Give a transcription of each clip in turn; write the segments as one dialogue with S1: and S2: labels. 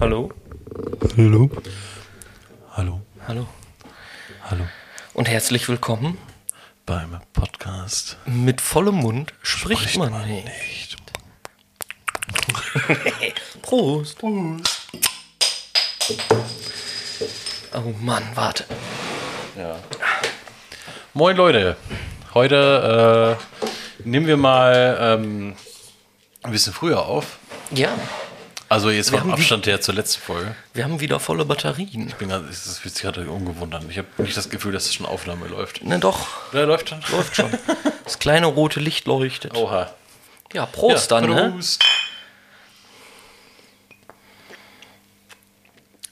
S1: Hallo?
S2: Hallo? Hallo,
S1: Hallo.
S2: hallo,
S1: Und herzlich willkommen.
S2: beim Podcast
S1: Mit vollem Mund spricht, man, nicht.
S2: nicht.
S1: Prost. Prost. Oh Mann, warte.
S2: Moin Leute, heute äh, nehmen wir mal ähm, ein bisschen früher auf.
S1: Ja,
S2: Also jetzt
S1: Wir
S2: vom
S1: haben die-
S2: Abstand her zur letzten Folge.
S1: wir haben wieder volle Batterien.
S2: Ich bin gerade, es fühlt sich gerade ungewundert. Ich habe nicht das Gefühl, dass es schon Aufnahme läuft.
S1: Na doch,
S2: Ja, läuft schon.
S1: läuft schon. Das kleine rote Licht leuchtet.
S2: Oha.
S1: Ja, Prost dann, ne?
S2: Prost.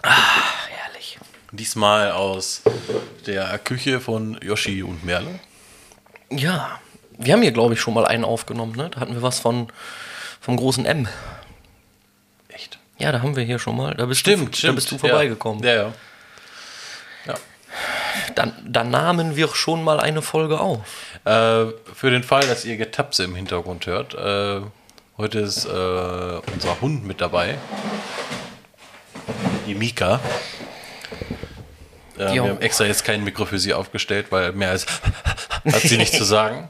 S1: Herrlich.
S2: Diesmal aus der Küche von Yoshi und Merle.
S1: Ja, wir haben hier, glaube ich, schon mal einen aufgenommen, ne? Da hatten wir was von vom großen M.
S2: Echt?
S1: Ja, da haben wir hier schon mal. Da bist
S2: Stimmt,
S1: du,
S2: stimmt.
S1: Da bist du vorbeigekommen.
S2: Ja, ja. ja.
S1: Dann, dann nahmen wir schon mal eine Folge auf.
S2: Äh, für den Fall, dass ihr Getapse im Hintergrund hört, äh, heute ist äh, unser Hund mit dabei. Die Mika. Äh, wir
S1: Jo.
S2: haben extra jetzt kein Mikro für sie aufgestellt, weil mehr als hat sie nicht zu sagen.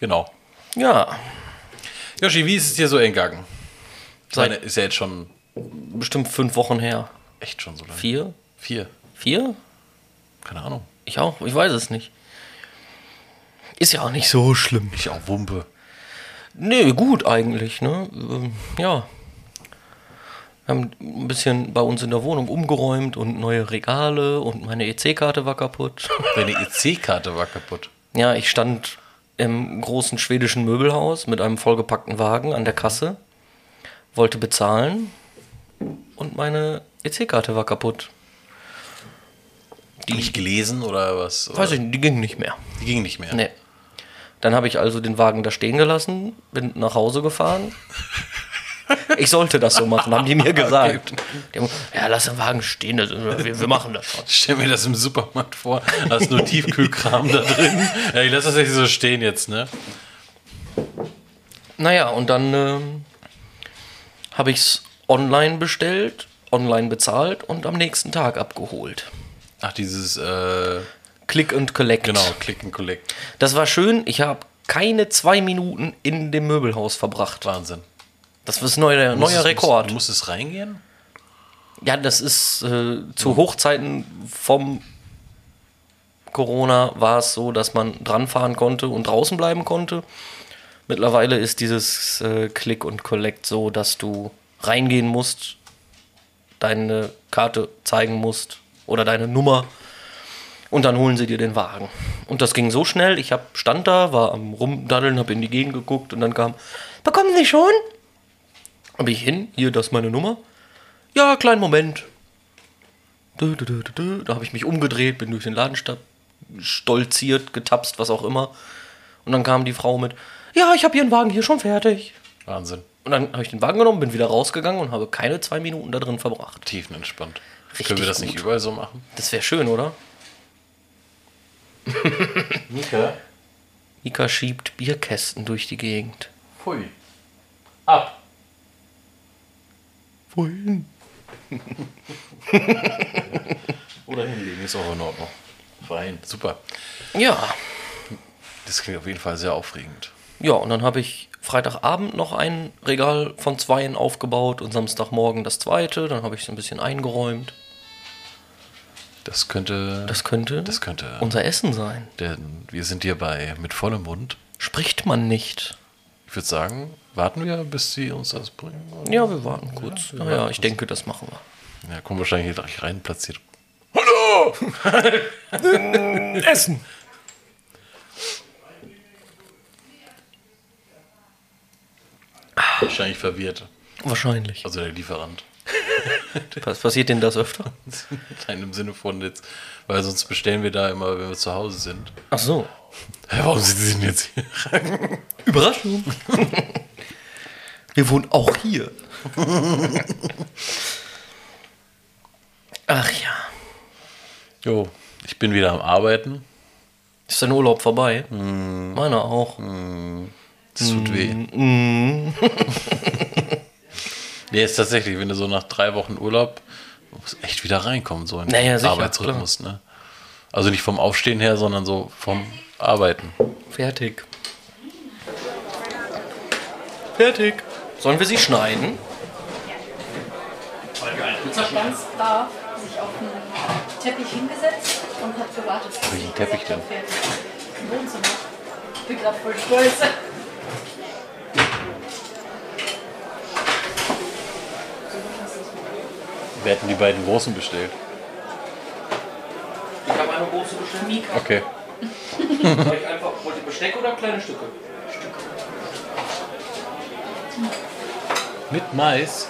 S2: Genau.
S1: Ja,
S2: Yoshi, wie ist es dir so entgangen?
S1: Seit-
S2: Seine ist ja jetzt schon
S1: bestimmt fünf Wochen her.
S2: echt schon so lange.
S1: Vier?
S2: Vier.
S1: Vier?
S2: Keine Ahnung.
S1: Ich auch, ich weiß es nicht. Ist ja auch nicht so schlimm.
S2: Ich auch Wumpe.
S1: Nee, gut eigentlich, ne? Ähm, ja. Wir haben ein bisschen bei uns in der Wohnung umgeräumt und neue Regale und meine EC-Karte war kaputt.
S2: Deine EC-Karte war kaputt.
S1: ja, ich stand im großen schwedischen Möbelhaus mit einem vollgepackten Wagen an der Kasse, wollte bezahlen und meine EC-Karte war kaputt.
S2: Die nicht gelesen oder was? Oder?
S1: Weiß ich nicht, die ging nicht mehr.
S2: Die ging nicht mehr.
S1: Nee. Dann habe ich also den Wagen da stehen gelassen, bin nach Hause gefahren. Ich sollte das so machen, haben die mir gesagt. Die haben, ja, lass den Wagen stehen, das, wir, wir machen das schon.
S2: Ich stell mir das im Supermarkt vor, da ist nur Tiefkühlkram da drin. Ja, ich lass das nicht so stehen jetzt, ne?
S1: Naja, und dann ähm, habe ich es online bestellt, online bezahlt und am nächsten Tag abgeholt.
S2: Ach, dieses, äh,
S1: Click and Collect.
S2: genau, Click and Collect.
S1: Das war schön, ich habe keine zwei Minuten in dem Möbelhaus verbracht.
S2: Wahnsinn.
S1: Das ist neuer,
S2: Muss
S1: neuer
S2: es-
S1: Rekord.
S2: Muss, muss es reingehen?
S1: Ja, das ist äh, zu Hochzeiten vom Corona war es so, dass man dranfahren konnte und draußen bleiben konnte. Mittlerweile ist dieses äh, Click und Collect so, dass du reingehen musst, deine Karte zeigen musst oder deine Nummer und dann holen sie dir den Wagen. Und das ging so schnell, ich hab, stand da, war am Rumdaddeln, habe in die Gegend geguckt und dann kam, bekommen Sie schon? Hab ich hin, hier, das ist meine Nummer. Ja, kleinen Moment. Dö, dö, dö, dö, dö. Da habe ich mich umgedreht, bin durch den Laden sta- stolziert, getapst, was auch immer. Und dann kam die Frau mit, ja, ich habe Ihren Wagen hier schon fertig.
S2: Wahnsinn.
S1: Und dann habe ich den Wagen genommen, bin wieder rausgegangen und habe keine zwei Minuten da drin verbracht.
S2: Tiefenentspannt.
S1: Richtig
S2: Können wir das nicht
S1: gut.
S2: überall so machen?
S1: Das wäre schön, oder?
S2: Mika?
S1: Mika schiebt Bierkästen durch die Gegend.
S2: Pfui. Ab.
S1: Wohin?
S2: Oder hinlegen, ist auch in Ordnung. Rein. Super.
S1: Ja.
S2: Das klingt auf jeden Fall sehr aufregend.
S1: Ja, und dann habe ich Freitagabend noch ein Regal von zweien aufgebaut und Samstagmorgen das zweite. Dann habe ich es ein bisschen eingeräumt.
S2: Das könnte.
S1: Das könnte,
S2: Das könnte.
S1: unser Essen sein.
S2: Denn wir sind hier bei mit vollem Mund.
S1: Spricht man nicht.
S2: Ich würde sagen, warten wir, bis sie uns das bringen. oder?
S1: Ja, wir warten kurz.
S2: wir
S1: Ja,
S2: warten
S1: ja, ich denke, das machen wir.
S2: Ja, kommen wahrscheinlich hier gleich rein platziert.
S1: Essen!
S2: Wahrscheinlich verwirrt.
S1: Wahrscheinlich.
S2: Also der Lieferant.
S1: Was passiert denn das öfter?
S2: Nein, im Sinne von jetzt, weil sonst bestellen wir da immer, wenn wir zu Hause sind.
S1: Ach so.
S2: Hä, warum sind sie denn jetzt hier?
S1: Überraschung. wir wohnen auch hier. Ach ja.
S2: Jo, ich bin wieder am Arbeiten.
S1: Ist dein Urlaub vorbei? Meiner Mm. auch. Mm,
S2: Das tut weh. Nee, ist tatsächlich, wenn du so nach drei Wochen Urlaub musst echt wieder reinkommen, so in
S1: Naja,
S2: den
S1: sicher,
S2: Arbeitsrhythmus. Ne? Also nicht vom Aufstehen her, sondern so vom Arbeiten.
S1: Fertig. Fertig. Sollen wir sie schneiden?
S3: Jans war sich auf einen Teppich hingesetzt und hat gewartet. bis
S2: Welchen
S3: ich
S2: Teppich
S3: gesagt
S2: denn?
S3: habe, fertig. Im Wohnzimmer. Ich bin gerade voll stolz.
S2: Wir hätten die beiden großen bestellt.
S1: Ich habe eine große bestellt.
S3: Mika.
S2: Okay.
S1: Soll ich einfach, wollt ihr Besteck oder kleine Stücke?
S2: Mit Mais.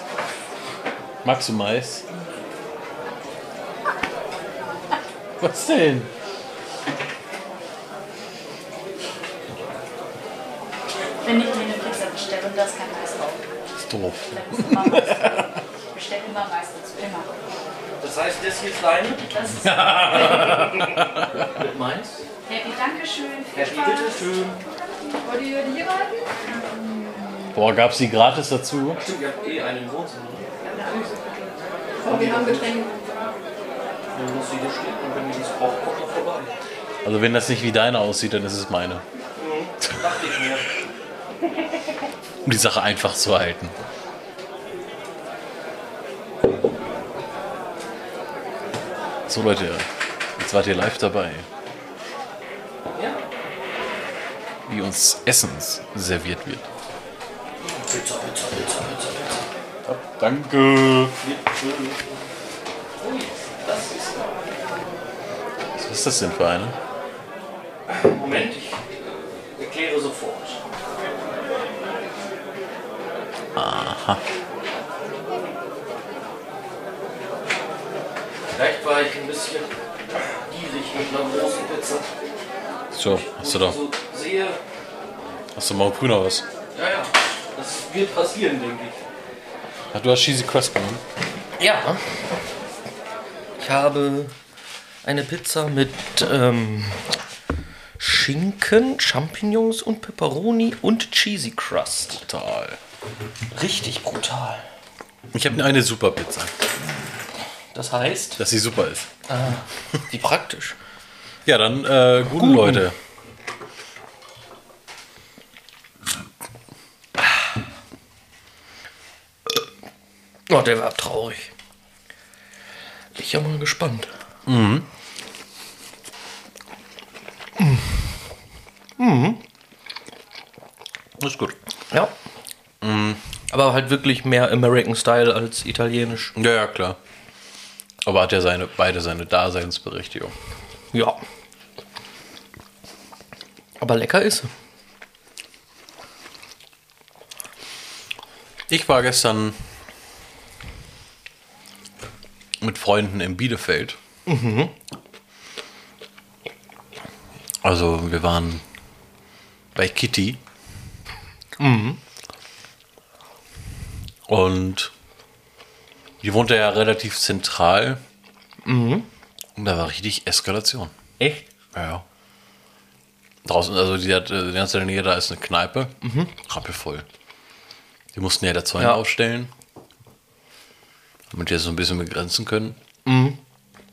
S2: Magst du Mais? Was denn?
S3: Wenn ich mir eine Pizza bestelle und da ist kein Reis drauf,
S2: Ist doof.
S3: dann ist immer Reis drauf. Ich bestelle immer Reis dazu. Immer.
S1: Das heißt, das hier kleine.
S3: Das ist
S1: Mit meins.
S3: Happy, Dankeschön. Viel
S1: Happy,
S3: Spaß.
S1: bitteschön.
S3: Wollt ihr die hier behalten?
S2: Boah, gab's die gratis dazu?
S1: Stimmt, ihr habt eh eine im Wohnzimmer. ne?
S3: Oh, wir haben Getränke.
S1: Dann muss sie hier stehen und wenn ihr das braucht, kommt noch vorbei.
S2: Also wenn das nicht wie deine aussieht, dann ist es meine.
S1: Dachte ich mir.
S2: Um die Sache einfach zu halten. So Leute, jetzt wart ihr live dabei,
S1: Ja.
S2: wie uns Essens serviert wird.
S1: Pizza, Pizza, Pizza, Pizza, Pizza.
S2: Danke.
S1: Bitteschön. Oh, yes. das ist.
S2: Was ist das denn für eine?
S1: Moment, ich erkläre sofort.
S2: Aha.
S1: Vielleicht war ich ein bisschen gierig mit einer großen Pizza.
S2: So, hast du doch.
S1: So sehe,
S2: Hast du mal grüner was?
S1: ja, ja, das wird passieren, denke ich.
S2: Ach, du hast Cheesy ne? Crust genommen.
S1: Ja. Ich habe eine Pizza mit ähm, Schinken, Champignons und Pepperoni und Cheesy Crust.
S2: Total.
S1: Richtig brutal.
S2: Ich habe eine super Pizza,
S1: Das heißt,
S2: dass sie super ist.
S1: wie praktisch.
S2: Ja, dann äh, guten, Leute.
S1: Oh, der war traurig. Bin ich ja mal gespannt.
S2: Ist gut.
S1: Ja. Aber halt wirklich mehr American Style als italienisch.
S2: Ja, ja, klar. Aber hat ja seine, beide seine Daseinsberechtigung.
S1: Ja. Aber lecker ist sie.
S2: Ich war gestern mit Freunden in Bielefeld. Also wir waren bei Kitty. Und die wohnte ja relativ zentral. Und da war richtig Eskalation.
S1: Echt?
S2: Ja. Draußen, also die hat äh, die ganze Nähe, da ist eine Kneipe. Rappelvoll. Die mussten ja da Zäune
S1: Ja.
S2: aufstellen. Damit die das so ein bisschen begrenzen können.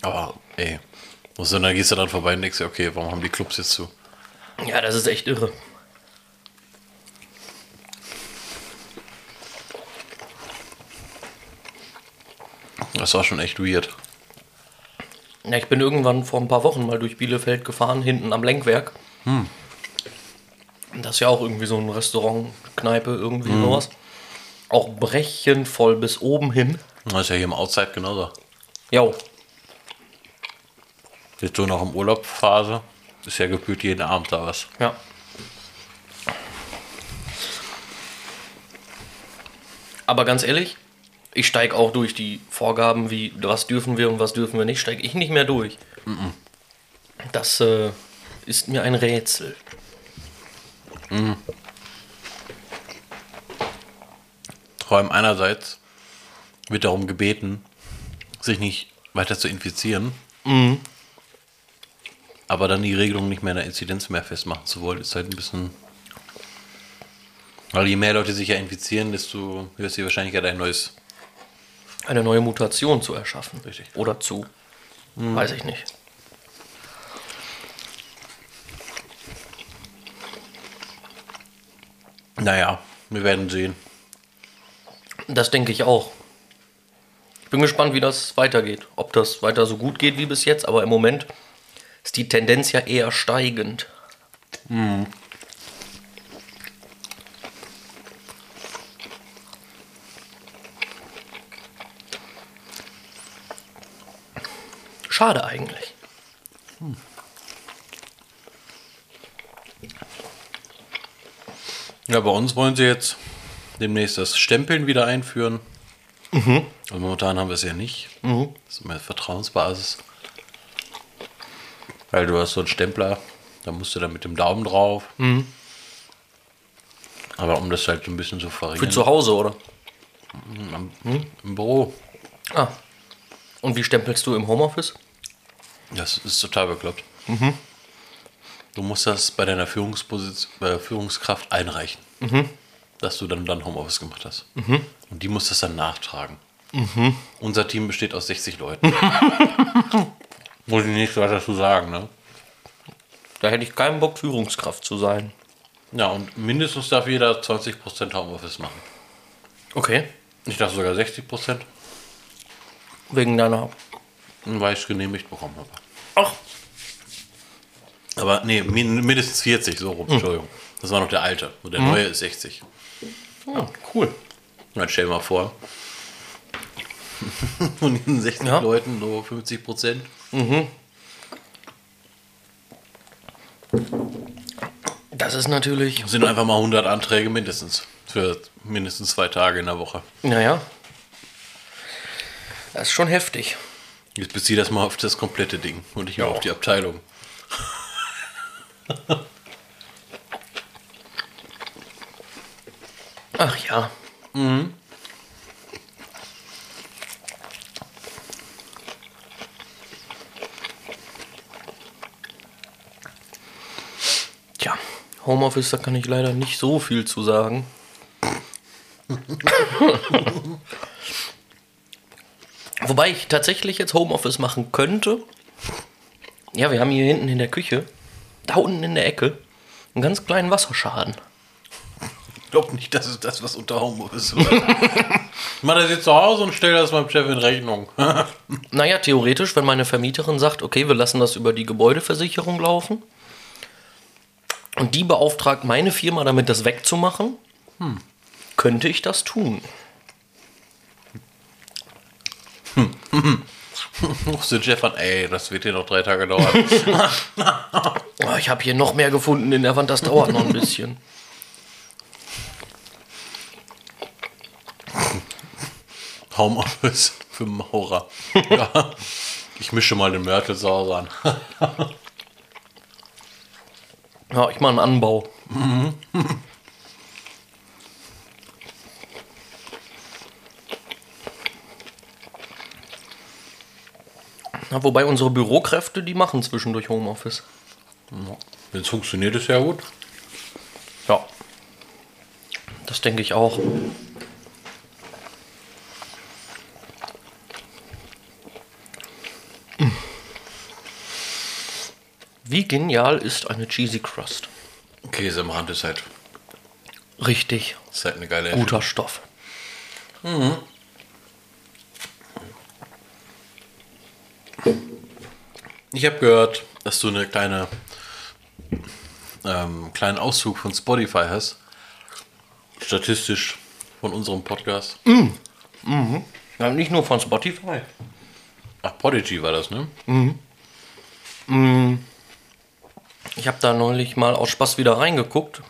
S2: Aber ey. Und so, dann gehst du dran vorbei und denkst dir, okay, warum haben die Clubs jetzt zu?
S1: Ja, das ist echt irre.
S2: Das war schon echt weird.
S1: Ja, ich bin irgendwann vor ein paar Wochen mal durch Bielefeld gefahren, hinten am Lenkwerk. Und Das ist ja auch irgendwie so ein Restaurant, Kneipe, irgendwie sowas. Auch brechend voll bis oben hin.
S2: Das ist ja hier im Outside genauso.
S1: Ja,
S2: Jetzt so nach dem Urlaubphase ist ja gefühlt jeden Abend da was.
S1: ja. Aber ganz ehrlich, ich steige auch durch die Vorgaben, wie was dürfen wir und was dürfen wir nicht, steige ich nicht mehr durch. Das äh, ist mir ein Rätsel.
S2: Vor allem einerseits wird darum gebeten, sich nicht weiter zu infizieren, aber dann die Regelung nicht mehr in der Inzidenz mehr festmachen zu wollen, ist halt ein bisschen... Weil je mehr Leute sich ja infizieren, desto höher ist die Wahrscheinlichkeit, ein neues
S1: eine neue Mutation zu erschaffen.
S2: Richtig.
S1: Oder zu. Weiß ich nicht.
S2: Naja, wir werden sehen.
S1: Das denke ich auch. Ich bin gespannt, wie das weitergeht. Ob das weiter so gut geht wie bis jetzt, aber im Moment ist die Tendenz ja eher steigend. Hm. Schade eigentlich.
S2: Ja, bei uns wollen sie jetzt demnächst das Stempeln wieder einführen. Also momentan haben wir es ja nicht. Das ist meine Vertrauensbasis. Weil du hast so einen Stempler, da musst du dann mit dem Daumen drauf. Aber um das halt so ein bisschen zu
S1: Für
S2: verringern.
S1: zu Hause, oder?
S2: am, Im Büro.
S1: Ah. Und wie stempelst du im Homeoffice?
S2: Das ist total bekloppt. Du musst das bei deiner Führungsposition, äh, Führungskraft einreichen, dass du dann, dann Homeoffice gemacht hast. Und die muss das dann nachtragen. Unser Team besteht aus 60 Leuten. Muss ich nichts weiter zu sagen, ne?
S1: Da hätte ich keinen Bock, Führungskraft zu sein.
S2: Ja, und mindestens darf jeder 20% Homeoffice machen.
S1: Okay.
S2: Ich darf sogar 60%,
S1: Wegen deiner.
S2: weil ich es genehmigt bekommen habe.
S1: Ach,
S2: Aber nee, min- mindestens 40, so rum, Entschuldigung. Das war noch der alte. Und der neue ist 60.
S1: ja, Ah, cool.
S2: Dann Halt stell dir mal vor, von diesen 60
S1: Ja.
S2: Leuten nur 50 Prozent.
S1: Das ist natürlich.
S2: sind einfach mal 100 Anträge mindestens. Für mindestens zwei Tage in der Woche.
S1: Naja. Das ist schon heftig.
S2: Jetzt beziehe das mal auf das komplette Ding und nicht nur
S1: Ja.
S2: auf die Abteilung.
S1: Ach ja. Mhm. Tja, Homeoffice, da kann ich leider nicht so viel zu sagen. Wobei ich tatsächlich jetzt Homeoffice machen könnte. Ja, wir haben hier hinten in der Küche, da unten in der Ecke, einen ganz kleinen Wasserschaden.
S2: Ich glaube nicht, das ist das, was unter Homeoffice ist. ich mache das jetzt zu Hause und stelle das meinem Chef in Rechnung.
S1: Naja, theoretisch, wenn meine Vermieterin sagt, okay, wir lassen das über die Gebäudeversicherung laufen und die beauftragt meine Firma damit, das wegzumachen, könnte ich das tun.
S2: Rufst den Chef an, ey, das wird hier noch drei Tage dauern.
S1: Ah, ich habe hier noch mehr gefunden in der Wand, das dauert noch ein bisschen.
S2: Homeoffice für Maurer. ja. Ich mische mal den Mörtel zu Hause an.
S1: Ja, ich mache einen Anbau. Na, wobei unsere Bürokräfte, die machen zwischendurch Homeoffice.
S2: Wenn es funktioniert, ist ja gut.
S1: Ja. Das denke ich auch. Wie genial ist eine Cheesy Crust?
S2: Käse im Rand ist halt,
S1: Richtig
S2: ist halt eine geile
S1: guter Stoff.
S2: Ich habe gehört, dass du eine kleine ähm, kleinen Auszug von Spotify hast. Statistisch von unserem Podcast.
S1: Ja, nicht nur von Spotify.
S2: Ach, Podigy war das, ne?
S1: Ich habe da neulich mal aus Spaß wieder reingeguckt,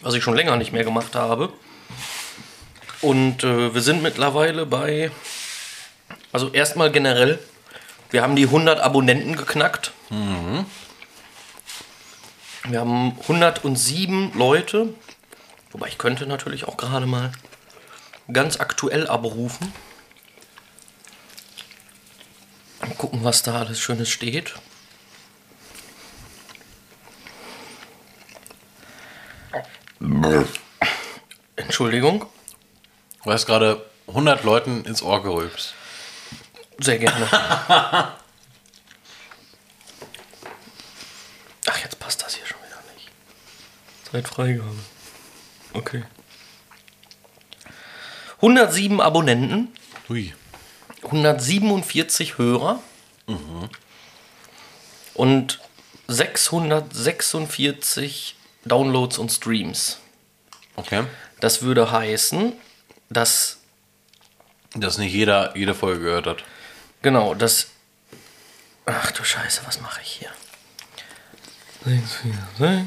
S1: was ich schon länger nicht mehr gemacht habe. Und äh, wir sind mittlerweile bei, also erstmal generell, wir haben die 100 Abonnenten geknackt. Wir haben 107 Leute, wobei ich könnte natürlich auch gerade mal ganz aktuell abrufen. Mal gucken, was da alles Schönes steht. Entschuldigung.
S2: Du hast gerade 100 Leuten ins Ohr gerülpst.
S1: Sehr gerne. Ach, jetzt passt das hier schon wieder nicht. Zeit Freigabe. Okay. 107 Abonnenten,
S2: Hui.
S1: 147 Hörer und 646 Downloads und Streams.
S2: Okay.
S1: Das würde heißen, dass
S2: Dass nicht jeder jede Folge gehört hat.
S1: Genau, das. Ach du Scheiße, was mache ich hier? 6, 4, 6.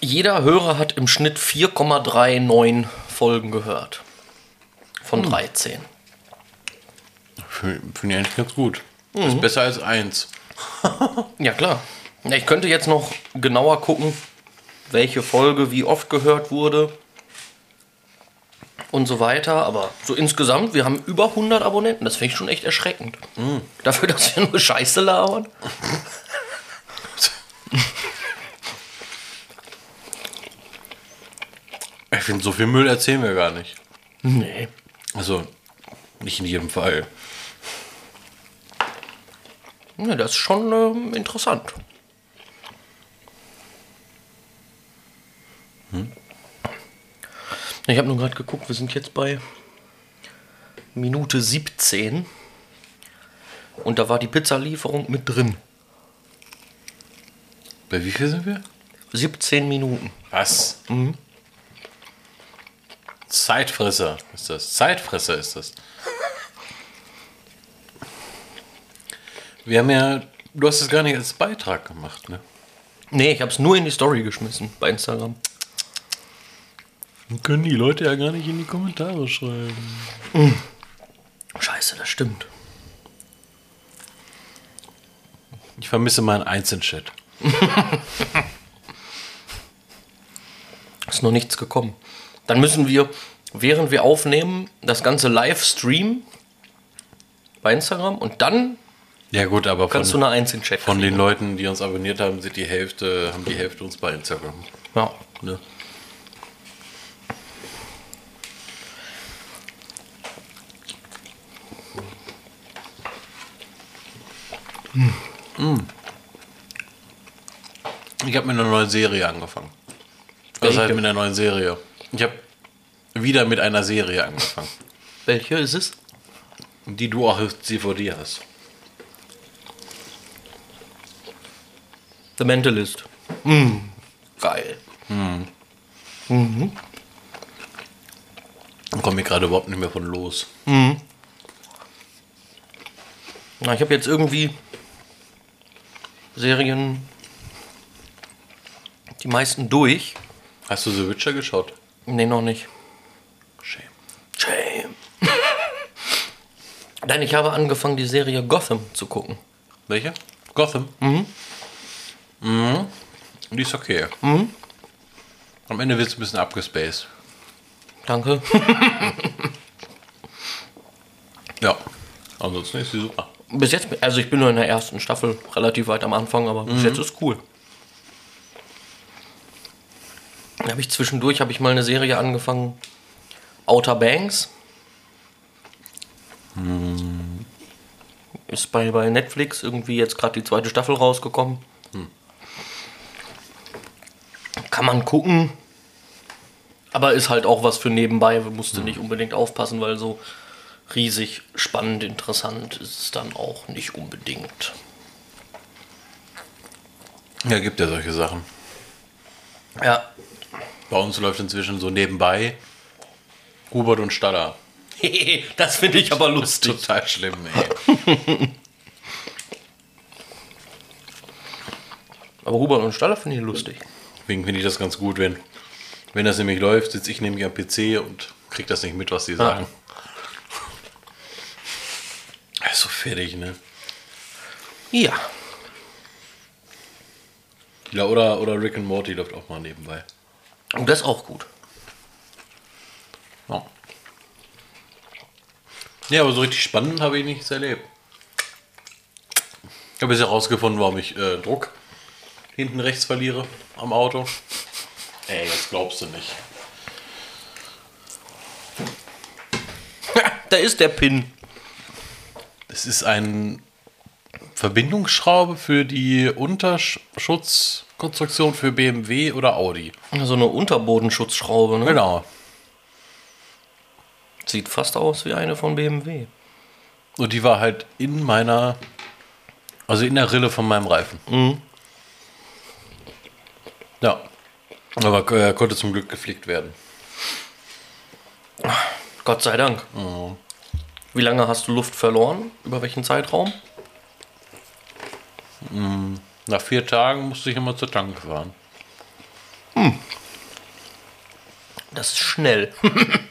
S1: Jeder Hörer hat im Schnitt 4,39 Folgen gehört. Von 13.
S2: Finde ich eigentlich ganz gut. Ist besser als eins.
S1: Ja, klar. Ja, Ich könnte jetzt noch genauer gucken, welche Folge wie oft gehört wurde und so weiter. Aber so insgesamt, wir haben über 100 Abonnenten. Das finde ich schon echt erschreckend. Dafür, dass wir nur Scheiße labern.
S2: Ich finde, so viel Müll erzählen wir gar nicht.
S1: Nee.
S2: Also, nicht in jedem Fall.
S1: nee das ist schon ähm, interessant. Hm? Ich habe nur gerade geguckt, wir sind jetzt bei Minute 17. Und da war die Pizzalieferung mit drin.
S2: Bei wie viel sind wir?
S1: 17 Minuten.
S2: Was? Zeitfresser ist das. Zeitfresser ist das. Wir haben ja, du hast es gar nicht als Beitrag gemacht, ne?
S1: Nee, ich hab's nur in die Story geschmissen bei Instagram.
S2: Dann können die Leute ja gar nicht in die Kommentare schreiben.
S1: Scheiße, das stimmt.
S2: Ich vermisse meinen Einzelchat.
S1: Ist noch nichts gekommen. Dann müssen wir, während wir aufnehmen, das Ganze live streamen bei Instagram und dann
S2: Ja gut, aber von,
S1: kannst du eine einzeln checken.
S2: von den Leuten, die uns abonniert haben, sind die Hälfte, haben die Hälfte uns bei Instagram.
S1: ja.
S2: Ne? Hm. Ich habe mit einer neuen Serie angefangen. Was
S1: Welche?
S2: heißt mit einer neuen Serie? Ich habe wieder mit einer Serie angefangen,
S1: Welche ist es?
S2: die du auch als DVD hast.
S1: The Mentalist. Mm. Geil.
S2: Da komme ich gerade überhaupt nicht mehr von los.
S1: Na, ich habe jetzt irgendwie Serien die meisten durch.
S2: Hast du The Witcher geschaut?
S1: Nee, noch nicht.
S2: Shame.
S1: Shame. Nein, ich habe angefangen, die Serie Gotham zu gucken.
S2: Welche? Gotham. Mhm. Die ist okay. Am Ende wird es ein bisschen abgespaced.
S1: Danke.
S2: Ja. Ansonsten ist sie super.
S1: bis jetzt, also ich bin nur in der ersten Staffel relativ weit am Anfang, aber bis jetzt ist cool. Dann habe ich zwischendurch habe ich mal eine Serie angefangen, Outer Banks. Ist bei, bei Netflix irgendwie jetzt gerade die zweite Staffel rausgekommen. Kann man gucken. Aber ist halt auch was für nebenbei. Musste nicht unbedingt aufpassen, weil so riesig spannend, interessant ist es dann auch nicht unbedingt.
S2: Ja, gibt ja solche Sachen.
S1: Ja.
S2: Bei uns läuft inzwischen so nebenbei Hubert und Staller.
S1: das finde ich aber lustig.
S2: Total schlimm, ey.
S1: Aber Hubert und Staller finde ich lustig.
S2: Deswegen finde ich das ganz gut, wenn, wenn das nämlich läuft, sitze ich nämlich am PC und krieg das nicht mit, was die sagen. Ist so fertig, ne?
S1: Ja.
S2: Ja, oder, oder Rick and Morty läuft auch mal nebenbei.
S1: Und das ist auch gut.
S2: Ja. Ja, aber so richtig spannend habe ich nichts erlebt. Ich habe jetzt herausgefunden, warum ich äh, Druck hinten rechts verliere am Auto. Ey, das glaubst du nicht.
S1: Da ist der Pin.
S2: Es ist eine Verbindungsschraube für die Unterschutzkonstruktion für BMW oder Audi.
S1: So eine Unterbodenschutzschraube, ne?
S2: Genau.
S1: Sieht fast aus wie eine von BMW.
S2: Und die war halt in meiner, also in der Rille von meinem Reifen. Ja. Aber äh, konnte zum Glück geflickt werden.
S1: Gott sei Dank. Wie lange hast du Luft verloren? Über welchen Zeitraum?
S2: Nach vier Tagen musste ich immer zur Tanke fahren.
S1: Das ist schnell.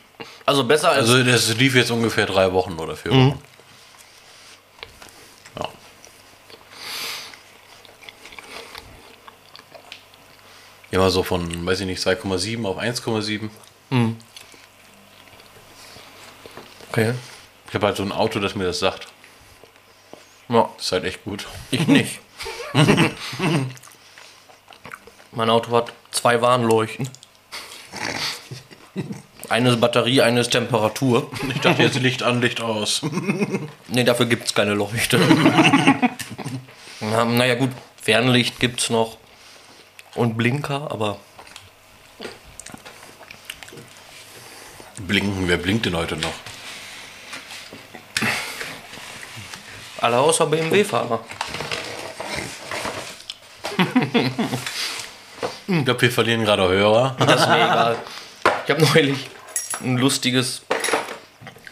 S1: also besser als.
S2: Also das lief jetzt ungefähr drei Wochen oder vier Wochen. Ja. Immer so von, weiß ich nicht, 2,7 auf 1,7.
S1: okay.
S2: Ich habe halt so ein Auto, das mir das sagt.
S1: Ja,
S2: Das ist halt echt gut.
S1: ich nicht. mein Auto hat zwei Warnleuchten. Eine ist Batterie, eine ist Temperatur.
S2: Ich dachte jetzt Licht an, Licht aus.
S1: Ne, dafür gibt es keine Leuchte. Na, naja, gut, Fernlicht gibt's noch. Und Blinker, aber
S2: Blinken, wer blinkt denn heute noch?
S1: alle außer BMW-Fahrer.
S2: Ich glaube, wir verlieren gerade Hörer.
S1: Das ist mir egal. Ich habe neulich ein lustiges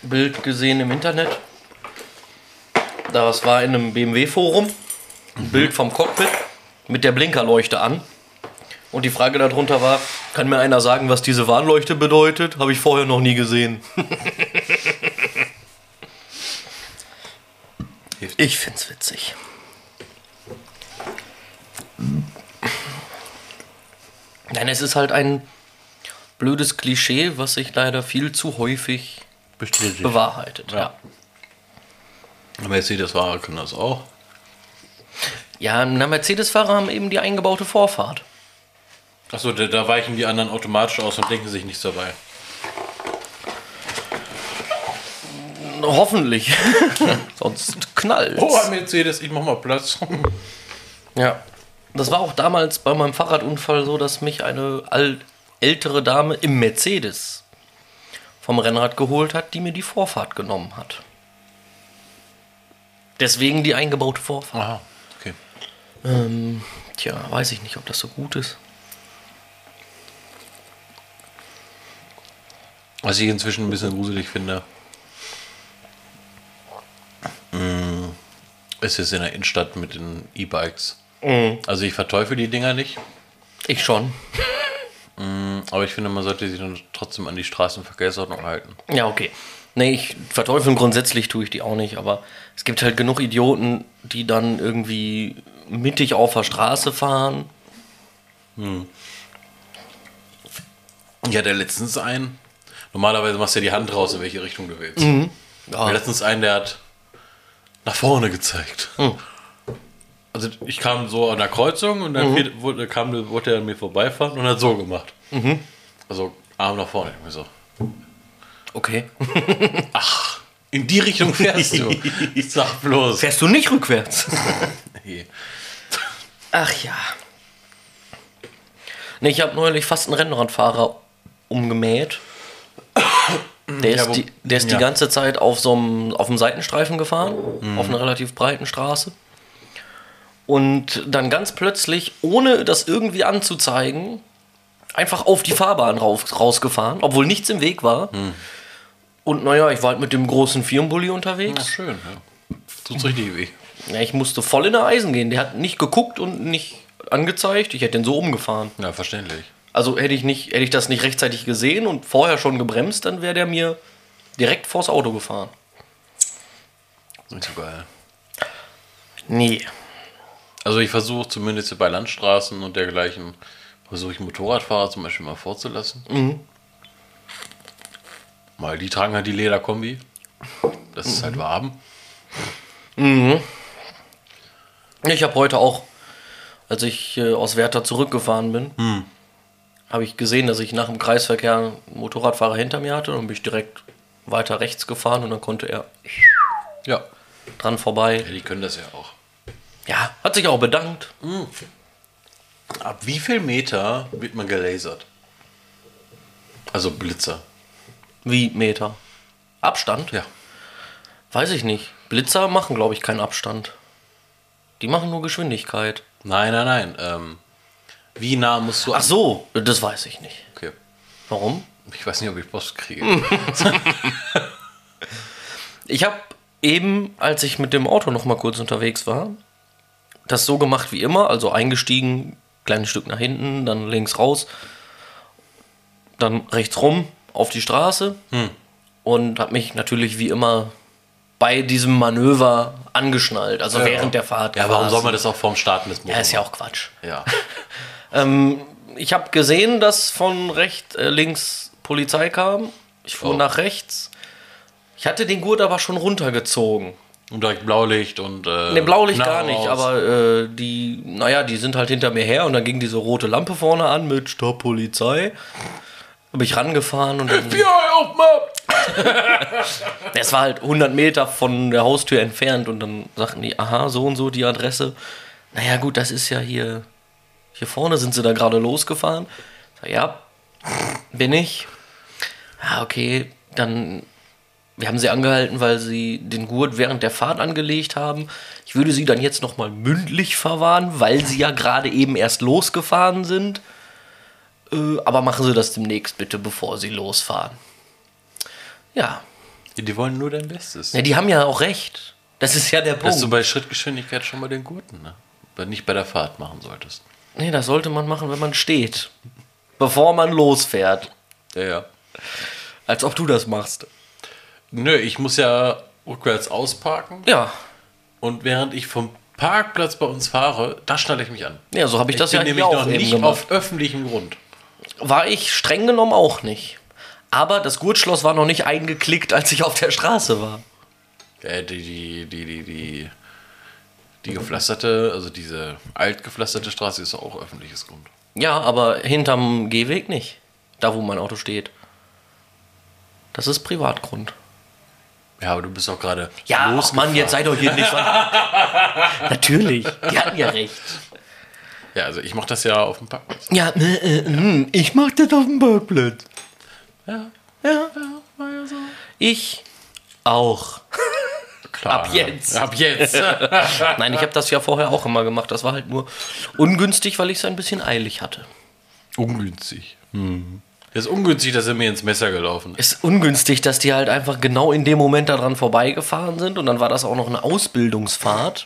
S1: Bild gesehen im Internet. Das war in einem BMW-Forum. Ein Bild vom Cockpit mit der Blinkerleuchte an. Und die Frage darunter war, kann mir einer sagen, was diese Warnleuchte bedeutet? Habe ich vorher noch nie gesehen.
S2: Hilft.
S1: Ich find's witzig. Nein, es ist halt ein blödes Klischee, was sich leider viel zu häufig
S2: Bestätigt.
S1: bewahrheitet.
S2: Ja. Mercedes-Fahrer können das auch.
S1: Ja, na, Mercedes-Fahrer haben eben die eingebaute Vorfahrt.
S2: Achso, da, da weichen die anderen automatisch aus und denken sich nichts dabei.
S1: Hoffentlich. Sonst knallt's.
S2: Oh, ein Mercedes, ich mach mal Platz.
S1: Ja. Das war auch damals bei meinem Fahrradunfall so, dass mich eine al- ältere Dame im Mercedes vom Rennrad geholt hat, die mir die Vorfahrt genommen hat. Deswegen die eingebaute Vorfahrt.
S2: Aha, okay.
S1: Ähm, tja, weiß ich nicht, ob das so gut ist.
S2: Was ich inzwischen ein bisschen gruselig finde, mm, ist jetzt in der Innenstadt mit den E-Bikes. Also ich verteufel die Dinger nicht,
S1: Ich schon.
S2: aber ich finde, man sollte sich dann trotzdem an die Straßenverkehrsordnung halten.
S1: Ja, okay. Nee, ich verteufeln grundsätzlich tue ich die auch nicht, aber es gibt halt genug Idioten, die dann irgendwie mittig auf der Straße fahren.
S2: Ja, der letztens einen. Normalerweise machst du ja die Hand raus, in welche Richtung du willst.
S1: Ja.
S2: Wir letztens einen, der hat nach vorne gezeigt. Also ich kam so an der Kreuzung und dann fiel- wurde, kam, wollte er an mir vorbeifahren und hat so gemacht. Also Arm nach vorne. Ich mir so,
S1: Okay.
S2: in die Richtung fährst du. ich sag bloß.
S1: Fährst du nicht rückwärts?
S2: Nee.
S1: Ach ja. Nee, ich habe neulich fast einen Rennradfahrer umgemäht. Der ist,
S2: wo-
S1: die, der ist
S2: ja. Mhm.
S1: die ganze Zeit auf so einem, auf einem Seitenstreifen gefahren, auf einer relativ breiten Straße. Und dann ganz plötzlich, ohne das irgendwie anzuzeigen, einfach auf die Fahrbahn raus, rausgefahren, obwohl nichts im Weg war.
S2: Mhm.
S1: Und naja, ich war halt mit dem großen Firmenbully unterwegs.
S2: Ach, schön, ja. Tut's richtig weh.
S1: Ja, ich musste voll in der Eisen gehen. Der hat nicht geguckt und nicht angezeigt. Ich hätte den so umgefahren.
S2: Ja, verständlich.
S1: Also hätte ich, nicht, hätte ich das nicht rechtzeitig gesehen und vorher schon gebremst, dann wäre der mir direkt vors Auto gefahren.
S2: Nicht so geil.
S1: Nee.
S2: Also ich versuche zumindest bei Landstraßen und dergleichen, versuche ich Motorradfahrer zum Beispiel mal vorzulassen. Mal die tragen halt die Lederkombi. Das ist halt warm.
S1: Ich habe heute auch als ich äh, aus Werther zurückgefahren bin, habe ich gesehen, dass ich nach dem Kreisverkehr einen Motorradfahrer hinter mir hatte und bin ich direkt weiter rechts gefahren und dann konnte er
S2: Ja.
S1: dran vorbei.
S2: Ja, die können das ja auch.
S1: Ja, hat sich auch bedankt.
S2: Ab wie viel Meter wird man gelasert? Also Blitzer.
S1: Wie Meter? Abstand?
S2: Ja.
S1: Weiß ich nicht. Blitzer machen, glaube ich, keinen Abstand. Die machen nur Geschwindigkeit.
S2: Nein, nein, nein. Ähm, wie nah musst du.
S1: Ach so, das weiß ich nicht.
S2: Okay.
S1: Warum?
S2: Ich weiß nicht, ob ich Post kriege.
S1: Ich habe eben, als ich mit dem Auto noch mal kurz unterwegs war, das so gemacht wie immer, also eingestiegen, kleines Stück nach hinten, dann links raus, dann rechts rum auf die Straße
S2: Hm.
S1: und habe mich natürlich wie immer bei diesem Manöver angeschnallt, also während der Fahrt.
S2: Ja, warum
S1: quasi.
S2: soll man das auch vorm Starten des Motors?
S1: Ja, ist ja auch Quatsch.
S2: Ja.
S1: Ähm, ich habe gesehen, dass von rechts äh, links Polizei kam. Ich fuhr
S2: Oh.
S1: nach rechts. Ich hatte den Gurt aber schon runtergezogen.
S2: Und direkt Blaulicht und. Äh,
S1: Ne, Blaulicht gar
S2: Knarre
S1: nicht,
S2: raus.
S1: aber äh, die, naja, die sind halt hinter mir her und dann ging diese rote Lampe vorne an mit Stopp Polizei. Bin ich rangefahren und dann,
S2: Ja, auf mal!
S1: es war halt 100 Meter von der Haustür entfernt und dann sagten die, aha, so und so die Adresse. Naja, gut, das ist ja hier, hier vorne sind sie da gerade losgefahren. Sag, Ja, bin ich. Ah, okay, dann Wir haben sie angehalten, weil sie den Gurt während der Fahrt angelegt haben. Ich würde sie dann jetzt nochmal mündlich verwahren, weil sie ja gerade eben erst losgefahren sind. Äh, aber machen Sie das demnächst bitte, bevor Sie losfahren. Ja.
S2: Die, die wollen nur dein Bestes.
S1: ja, die haben ja auch recht. Das ist ja der Punkt.
S2: Dass du bei Schrittgeschwindigkeit schon mal den Gurten, ne? Weil nicht bei der Fahrt machen solltest.
S1: nee, das sollte man machen, wenn man steht. Bevor man losfährt.
S2: Ja, ja.
S1: Als ob du das machst.
S2: Nö, ich muss ja rückwärts ausparken
S1: Ja.
S2: und während ich vom Parkplatz bei uns fahre, da schnalle ich mich an.
S1: Ja, so habe ich,
S2: Ich
S1: das
S2: bin
S1: ja
S2: nämlich
S1: hier auch
S2: noch
S1: eben
S2: nicht
S1: gemacht.
S2: auf öffentlichem Grund.
S1: war ich streng genommen auch nicht. Aber das Gurtschloss war noch nicht eingeklickt, als ich auf der Straße war.
S2: Äh, die, die, die, die, die, die gepflasterte, also diese altgepflasterte Straße ist auch öffentliches Grund.
S1: Ja, aber hinterm Gehweg nicht. Da, wo mein Auto steht. Das ist Privatgrund.
S2: Ja, aber du bist auch gerade
S1: Ja, ach
S2: losgefahren.
S1: Mann, jetzt sei doch hier nicht. ver- Natürlich, die hatten ja recht.
S2: Ja, also ich mache das ja auf dem Parkplatz.
S1: Ja, äh, äh, äh, ich mach das auf dem Parkplatz.
S2: Ja,
S1: Ja, ich auch.
S2: klar.
S1: Ab jetzt.
S2: Ab jetzt.
S1: Nein, ich habe das ja vorher auch immer gemacht. Das war halt nur ungünstig, weil ich es ein bisschen eilig hatte.
S2: ungünstig. Hm. Das ist ungünstig, dass er mir ins Messer gelaufen ist.
S1: ist ungünstig, dass die halt einfach genau in dem Moment daran vorbeigefahren sind und dann war das auch noch eine Ausbildungsfahrt.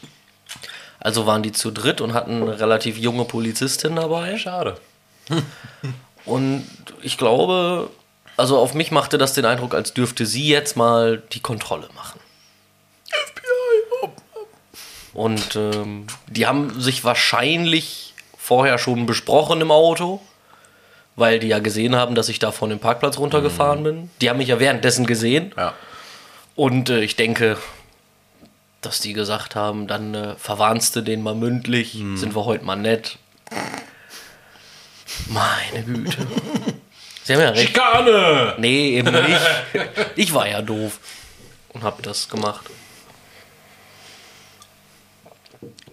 S1: Also waren die zu dritt und hatten eine relativ junge Polizistin dabei.
S2: Schade.
S1: Und ich glaube, also auf mich machte das den Eindruck, als dürfte sie jetzt mal die Kontrolle machen. Und ähm, die haben sich wahrscheinlich vorher schon besprochen im Auto, weil die ja gesehen haben, dass ich da von dem Parkplatz runtergefahren bin. Die haben mich ja währenddessen gesehen.
S2: Ja.
S1: Und äh, ich denke, dass die gesagt haben, dann äh, verwarnst du den mal mündlich, sind wir heute mal nett. Meine Güte. Sie haben ja recht.
S2: Schikane!
S1: Nee, eben nicht. Ich war ja doof und hab das gemacht.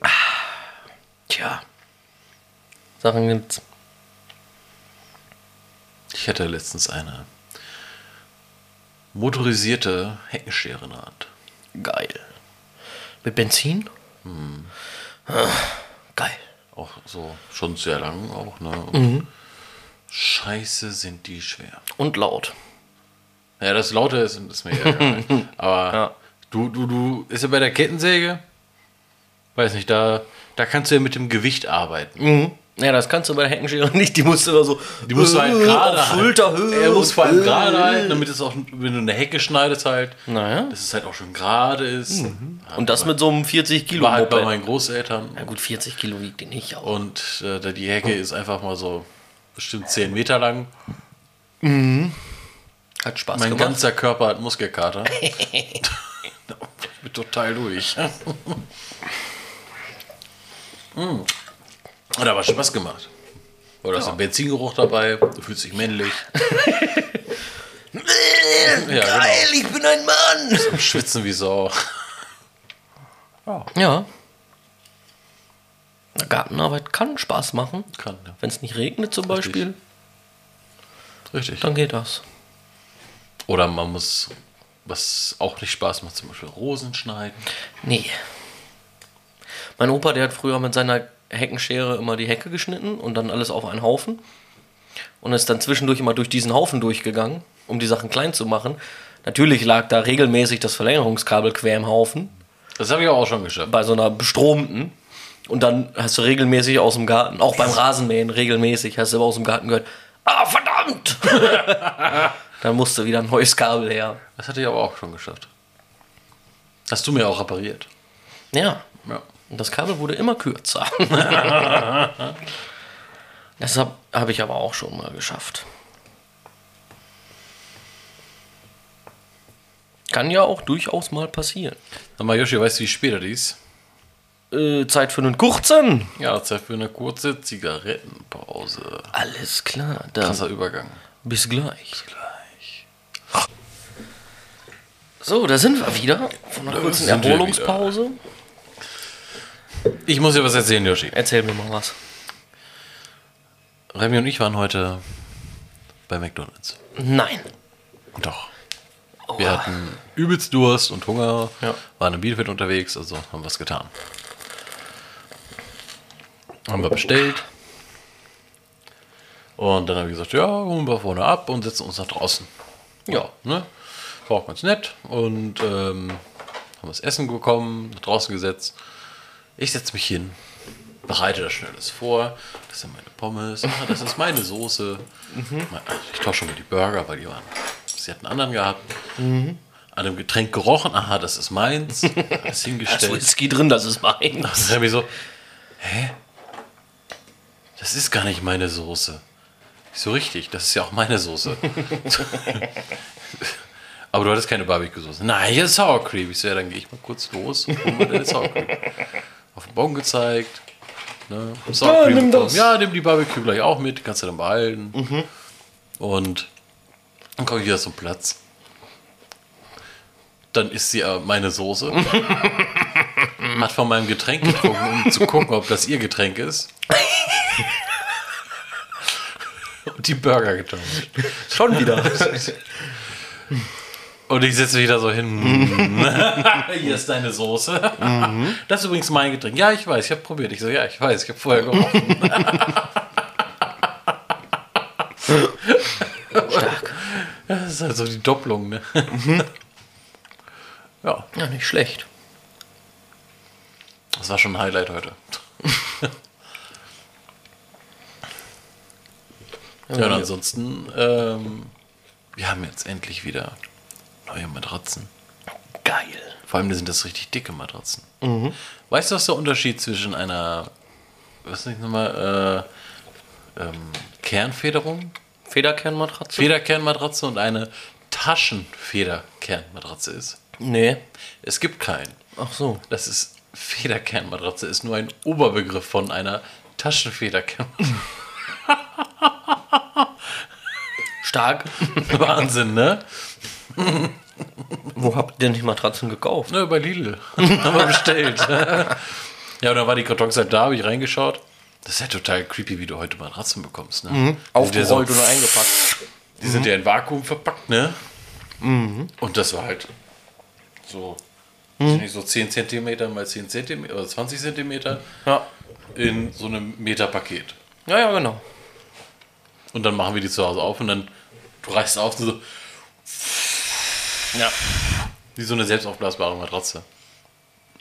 S1: Ah, Tja. Sachen gibt's.
S2: Ich hatte letztens eine motorisierte Heckenschere in der Hand.
S1: Geil. Mit Benzin? Ah, Geil.
S2: Auch so schon sehr lang auch, ne? Und Scheiße, sind die schwer.
S1: Und laut.
S2: Ja, das Laute ist, ist mir egal. Aber du, du, du, ist ja bei der Kettensäge, weiß nicht, da, da kannst du ja mit dem Gewicht arbeiten.
S1: Mhm. Ja, das kannst du bei der Heckenschere nicht. Die musst du da so.
S2: Die musst du halt
S1: äh,
S2: gerade
S1: auf
S2: halten.
S1: Schulterhöhe.
S2: Er muss vor allem
S1: Äh.
S2: gerade halten, damit es auch, wenn du eine Hecke schneidest halt,
S1: Naja.
S2: dass es halt auch schon gerade ist.
S1: Und das mit so einem 40 Kilo.
S2: war halt bei
S1: Moped.
S2: meinen Großeltern.
S1: ja, gut, 40 Kilo wiegt die nicht. Aber
S2: Und äh, da die Hecke ist einfach mal so bestimmt 10 Meter lang.
S1: hat Spaß
S2: Mein
S1: gemacht.
S2: ganzer Körper hat Muskelkater. ich bin total durch. Mm. Hat aber Spaß gemacht. Oder ist ein Benzingeruch dabei, du fühlst dich männlich. ja,
S1: Geil,
S2: genau.
S1: ich bin ein Mann!
S2: Am Schwitzen wie Sau.
S1: Ja. Na, Gartenarbeit kann Spaß machen.
S2: Kann, ja.
S1: Wenn es nicht regnet zum
S2: Richtig.
S1: Beispiel,
S2: Richtig.
S1: dann geht das.
S2: Oder man muss, was auch nicht Spaß macht, zum Beispiel Rosen schneiden.
S1: Nee. Mein Opa, der hat früher mit seiner Heckenschere immer die Hecke geschnitten und dann alles auf einen Haufen. Und ist dann zwischendurch immer durch diesen Haufen durchgegangen, um die Sachen klein zu machen. Natürlich lag da regelmäßig das Verlängerungskabel quer im Haufen,
S2: Das habe ich aber auch schon geschafft.
S1: bei so einer bestromten. Und dann hast du regelmäßig aus dem Garten, auch beim Rasenmähen regelmäßig, hast du aber aus dem Garten gehört, ah verdammt! dann musste wieder ein neues Kabel her.
S2: Das hatte ich aber auch schon geschafft. Hast du mir auch repariert.
S1: Ja,
S2: Ja.
S1: Und das Kabel wurde immer kürzer. das habe hab ich aber auch schon mal geschafft. Kann ja auch durchaus mal passieren.
S2: Sag mal, Joshi, weißt du, wie spät das ist?
S1: Äh, Zeit für einen kurzen.
S2: Ja, Zeit für eine kurze Zigarettenpause.
S1: Alles klar, dann
S2: Krasser Übergang.
S1: bis gleich. So, da sind wir wieder von einer
S2: Da
S1: kurzen
S2: sind wir
S1: Erholungspause.
S2: Ich muss dir was erzählen, Joshi.
S1: Erzähl mir mal was.
S2: Remy und ich waren heute bei McDonalds.
S1: Nein. Oh,
S2: Doch. Wir hatten übelst Durst und Hunger,
S1: Ja.
S2: waren in Bielefeld unterwegs, also haben was getan. Haben wir bestellt. Und dann habe ich gesagt, ja, holen wir vorne ab und setzen uns nach draußen. Ja, ne? War auch ganz nett. Und ähm, haben das Essen bekommen, nach draußen gesetzt. Ich setze mich hin, bereite das schnell alles vor. Das sind meine Pommes, ah, das ist meine Soße.
S1: Mhm.
S2: Mein- Ich tausche mal die Burger, weil die waren. Sie hatten einen anderen gehabt.
S1: Mhm.
S2: An dem Getränk gerochen, aha, das ist meins. Alles
S1: Da ist
S2: hingestellt.
S1: Whisky drin, das ist mein.
S2: Das ist irgendwie so, hä? Das ist gar nicht meine Soße. Ich so richtig, das ist ja auch meine Soße. Aber du hattest keine Barbecue-Soße. Nein, hier ist Sour Cream. Ich so, ja, dann gehe ich mal kurz los und hol mir deine Sour Cream. Auf den Bon gezeigt. Ne? Sour
S1: Ja,
S2: Cream
S1: nimm
S2: bekommen.
S1: das. Mhm.
S2: Ja, nimm die Barbecue gleich auch mit, kannst du dann behalten. Und dann komme ich wieder zum Platz. Dann ist sie äh, meine Soße. Hat von meinem Getränk getrunken, um zu gucken, ob das ihr Getränk ist. Und die Burger getauscht.
S1: Schon wieder.
S2: Und ich sitze wieder so hin. Hier ist deine Soße. Das ist übrigens mein Getränk. Ja, ich weiß, ich habe probiert. Ich so, ja, ich weiß, ich habe vorher gerochen. Das ist halt so die Doppelung, ne? Ja,
S1: ja, nicht schlecht.
S2: das war schon ein Highlight heute. Ja, und ansonsten, ähm, wir haben jetzt endlich wieder neue Matratzen.
S1: Geil.
S2: Vor allem sind das richtig dicke Matratzen. Weißt du, was der Unterschied zwischen einer, was nicht nochmal, äh, ähm, Kernfederung,
S1: Federkernmatratze?
S2: Federkernmatratze und eine Taschenfederkernmatratze ist?
S1: nee.
S2: Es gibt keinen.
S1: Ach so.
S2: Das ist Federkernmatratze, ist nur ein Oberbegriff von einer Taschenfederkernmatratze.
S1: Stark.
S2: Wahnsinn, ne?
S1: Wo habt ihr denn die Matratzen gekauft?
S2: Ne, bei Lidl. Haben wir bestellt. ja, und dann war die Kartons halt da, habe ich reingeschaut. Das ist ja total creepy, wie du heute Matratzen bekommst. Ne? Mhm.
S1: Aufgerollt und eingepackt.
S2: Die
S1: Mhm.
S2: sind ja in Vakuum verpackt, ne? Und das war halt so,
S1: Mhm.
S2: sind nicht so 10 cm mal 10 cm oder 20 cm
S1: Ja.
S2: in so einem Meterpaket.
S1: Ja, ja, genau.
S2: Und dann machen wir die zu Hause auf und dann du reißt auf und so,
S1: Ja.
S2: wie so eine selbstaufblasbare Matratze.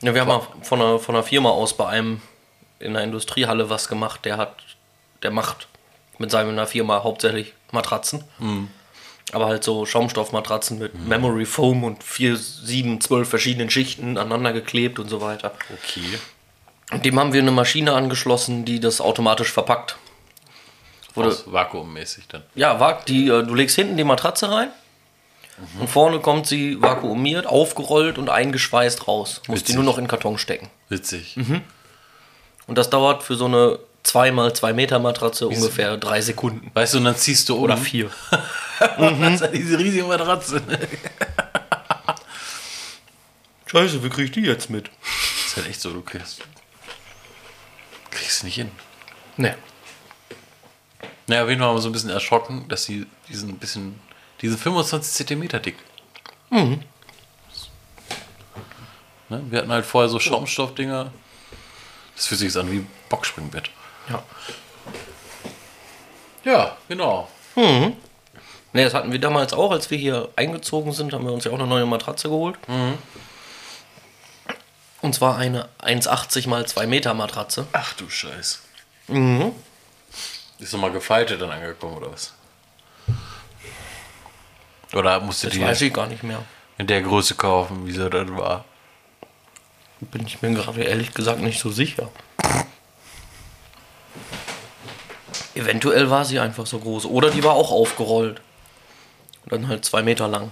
S1: ja wir haben mal von einer, von einer Firma aus bei einem in der Industriehalle was gemacht, der hat, der macht mit seiner Firma hauptsächlich Matratzen. Aber halt so Schaumstoffmatratzen mit Memory Foam und vier, sieben, zwölf verschiedenen Schichten aneinander geklebt und so weiter.
S2: Okay.
S1: Und dem haben wir eine Maschine angeschlossen, die das automatisch verpackt. Wurde,
S2: Aus vakuummäßig dann.
S1: Ja, wag- die, äh, du legst hinten die Matratze rein und vorne kommt sie vakuumiert, aufgerollt und eingeschweißt raus. Musst die Mhm.
S2: Witzig.
S1: nur noch in den Karton stecken.
S2: Witzig.
S1: Und das dauert für so eine zweimal zwei Meter Matratze, ungefähr drei Sekunden. Mhm.
S2: Weißt du, und dann ziehst du
S1: Oder
S2: um.
S1: vier. Mhm.
S2: Das ist ja diese riesige Matratze. ne?
S1: Scheiße, wie krieg ich die jetzt mit?
S2: ist halt echt so, du kriegst. Kriegst nicht hin.
S1: Ne.
S2: Naja, auf jeden Fall waren wir so ein bisschen erschrocken, dass sie diesen bisschen. Diesen 25 Zentimeter dick. Mhm. Ne? Wir hatten halt vorher so Schaumstoffdinger. Das fühlt sich jetzt an wie ein Boxspringbett.
S1: Ja.
S2: Ja, genau.
S1: Ne, das hatten wir damals auch, als wir hier eingezogen sind, haben wir uns ja auch eine neue Matratze geholt. Und zwar eine 1,80 mal 2 Meter Matratze.
S2: Ach du Scheiß. Mhm. Ist nochmal gefaltet dann angekommen oder was? Oder musst du
S1: Das
S2: die
S1: weiß ich gar nicht mehr.
S2: in der Größe kaufen, wie sie dann war?
S1: Bin ich mir gerade ehrlich gesagt nicht so sicher. Eventuell war sie einfach so groß. Oder die war auch aufgerollt. Und dann halt zwei Meter lang.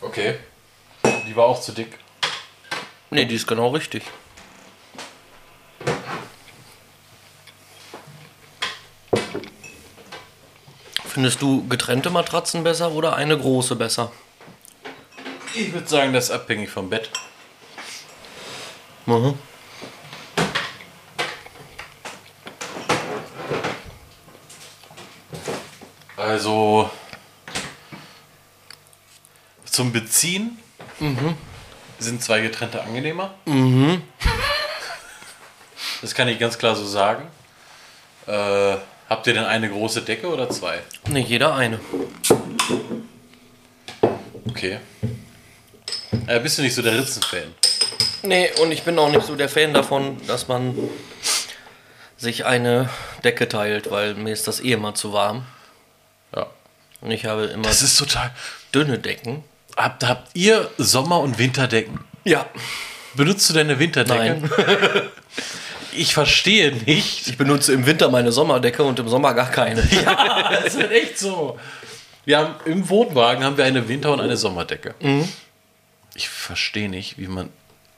S2: Okay. Die war auch zu dick.
S1: Ne, die ist genau richtig. Findest du getrennte Matratzen besser oder eine große besser?
S2: Ich würde sagen, das ist abhängig vom Bett. Also zum Beziehen Mhm. sind zwei getrennte angenehmer. Mhm. Das kann ich ganz klar so sagen. Äh, habt ihr denn eine große Decke oder zwei?
S1: Ne, jeder eine.
S2: Okay. Äh, bist du nicht so der Ritzenfan?
S1: Nee, und ich bin auch nicht so der Fan davon, dass man sich eine Decke teilt, weil mir ist das eh immer zu warm.
S2: Ja.
S1: Und ich habe immer
S2: Das ist total.
S1: dünne Decken.
S2: Habt, habt ihr Sommer- und Winterdecken?
S1: Ja.
S2: Benutzt du deine Winterdecke?
S1: Nein.
S2: Ich verstehe nicht.
S1: Ich benutze im Winter meine Sommerdecke und im Sommer gar keine.
S2: Das ist halt echt so. Wir haben im Wohnwagen haben wir eine Winter- und eine Sommerdecke.
S1: Mhm.
S2: Ich verstehe nicht, wie man.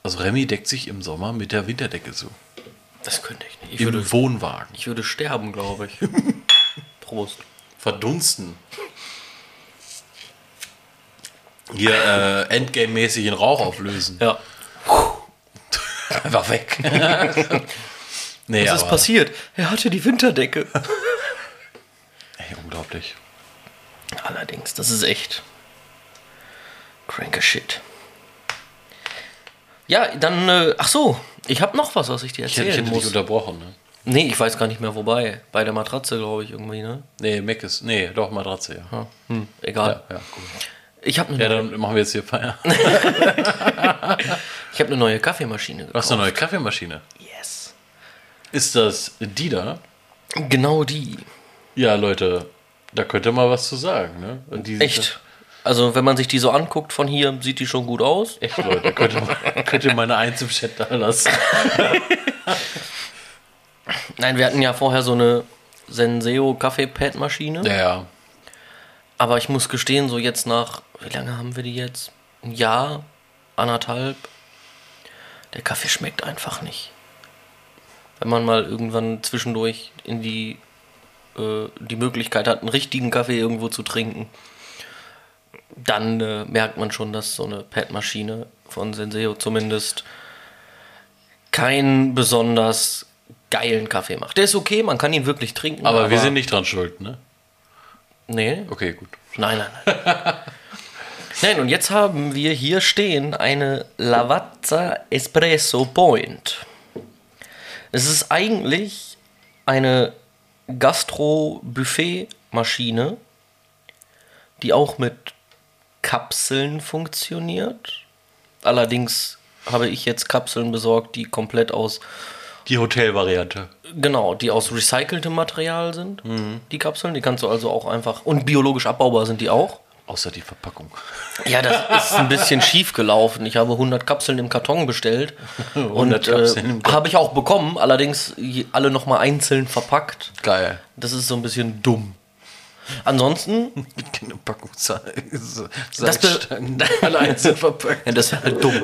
S2: Also Remy deckt sich im Sommer mit der Winterdecke zu.
S1: Das könnte ich nicht. Ich würde,
S2: Im Wohnwagen.
S1: ich würde sterben, glaube ich. Prost.
S2: Verdunsten. Hier äh, Endgame-mäßig in Rauch auflösen.
S1: Ja.
S2: Einfach weg. nee,
S1: Was ist
S2: aber,
S1: passiert? Er hatte die Winterdecke.
S2: ey, unglaublich.
S1: Allerdings, das ist echt cranker Shit. Ja, dann, äh, ach so, ich habe noch was, was ich dir
S2: Ich hätte, ich
S1: erzählen
S2: hätte dich
S1: muss.
S2: unterbrochen, ne?
S1: Nee, ich weiß gar nicht mehr wobei. Bei der Matratze, glaube ich, irgendwie, ne?
S2: Nee, Mac ist. Nee, doch, Matratze, ja.
S1: Ja. Hm, egal.
S2: Ja, ja, gut.
S1: Ich habe eine
S2: ja dann machen wir jetzt hier Feier.
S1: ich hab ne neue Kaffeemaschine
S2: Du
S1: gekauft.
S2: hast eine neue Kaffeemaschine.
S1: Yes.
S2: Ist das die da?
S1: Genau die.
S2: Ja, Leute, da könnt ihr mal was zu sagen, ne? Die,
S1: Echt. Also, wenn man sich die so anguckt von hier, sieht die schon gut aus.
S2: Echt, Leute, könnt ihr, mal- könnt ihr mal eine Eins im Chat da lassen.
S1: Nein, wir hatten ja vorher so eine Senseo Kaffeepad-Maschine.
S2: Ja, ja.
S1: Aber ich muss gestehen, so jetzt nach, wie lange haben wir die jetzt? Ein Jahr, anderthalb. Der Kaffee schmeckt einfach nicht. Wenn man mal irgendwann zwischendurch in die, äh, die Möglichkeit hat, einen richtigen Kaffee irgendwo zu trinken, dann äh, merkt man schon, dass so eine Pad-Maschine von Senseo zumindest keinen besonders geilen Kaffee macht. Der ist okay, man kann ihn wirklich trinken.
S2: Aber, wir sind nicht dran schuld, ne?
S1: Nee,
S2: Okay, gut.
S1: Nein, nein, nein. nein, und jetzt haben wir hier stehen eine Lavazza Espresso Point. Es ist eigentlich eine Gastro-Buffet-Maschine, die auch mit Kapseln funktioniert. Allerdings habe ich jetzt Kapseln besorgt, die komplett aus
S2: Die Hotelvariante.
S1: Genau, die aus recyceltem Material sind, die Kapseln. Die kannst du also auch einfach. Und biologisch abbaubar sind die auch.
S2: Außer die Verpackung.
S1: Ja, das ist ein bisschen schief gelaufen. Ich habe 100 Kapseln im Karton bestellt.
S2: 100
S1: und äh,
S2: Kapseln im Karton.
S1: habe ich auch bekommen, allerdings je- alle nochmal einzeln verpackt.
S2: Geil.
S1: Das ist so ein bisschen dumm. Ansonsten,
S2: Eine Packung Sa- Sa-
S1: Das be-
S2: Salzstangen. Alle einzeln verpackt.
S1: ja, das wäre halt dumm.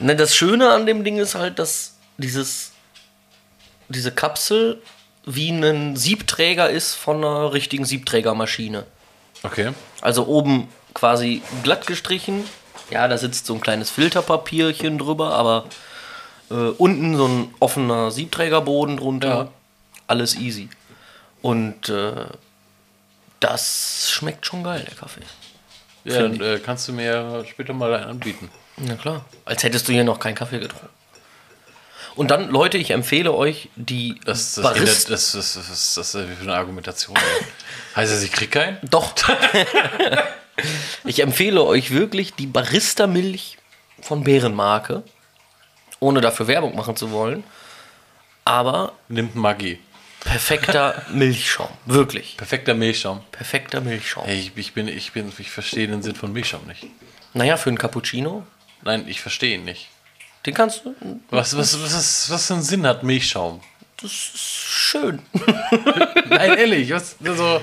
S1: Ne, das Schöne an dem Ding ist halt, dass dieses, diese Kapsel wie ein Siebträger ist von einer richtigen Siebträgermaschine.
S2: Okay.
S1: Also oben quasi glatt gestrichen. Ja, da sitzt so ein kleines Filterpapierchen drüber, aber äh, unten so ein offener Siebträgerboden drunter.
S2: Ja.
S1: Alles easy. Und äh, das schmeckt schon geil, der Kaffee.
S2: Ja, dann äh, kannst du mir später mal einen anbieten.
S1: Na klar. Als hättest du hier noch keinen Kaffee getrunken. Und dann, Leute, ich empfehle euch die
S2: Das, das, das,
S1: Barista.
S2: das, das, das, das, das ist wie für eine Argumentation. ey. heißt das, ich krieg keinen?
S1: Doch. ich empfehle euch wirklich die Barista-Milch von Bärenmarke. Ohne dafür Werbung machen zu wollen. Aber
S2: Nimmt Maggi.
S1: perfekter Milchschaum. Wirklich.
S2: Perfekter Milchschaum.
S1: Perfekter Milchschaum.
S2: Ey, ich, ich bin, ich bin, ich verstehe den Sinn von Milchschaum nicht.
S1: Naja, für einen Cappuccino,
S2: Nein, ich verstehe ihn nicht.
S1: den kannst du.
S2: Was, was, was, ist, was für einen Sinn hat Milchschaum?
S1: Das ist schön.
S2: Nein, ehrlich, was, also,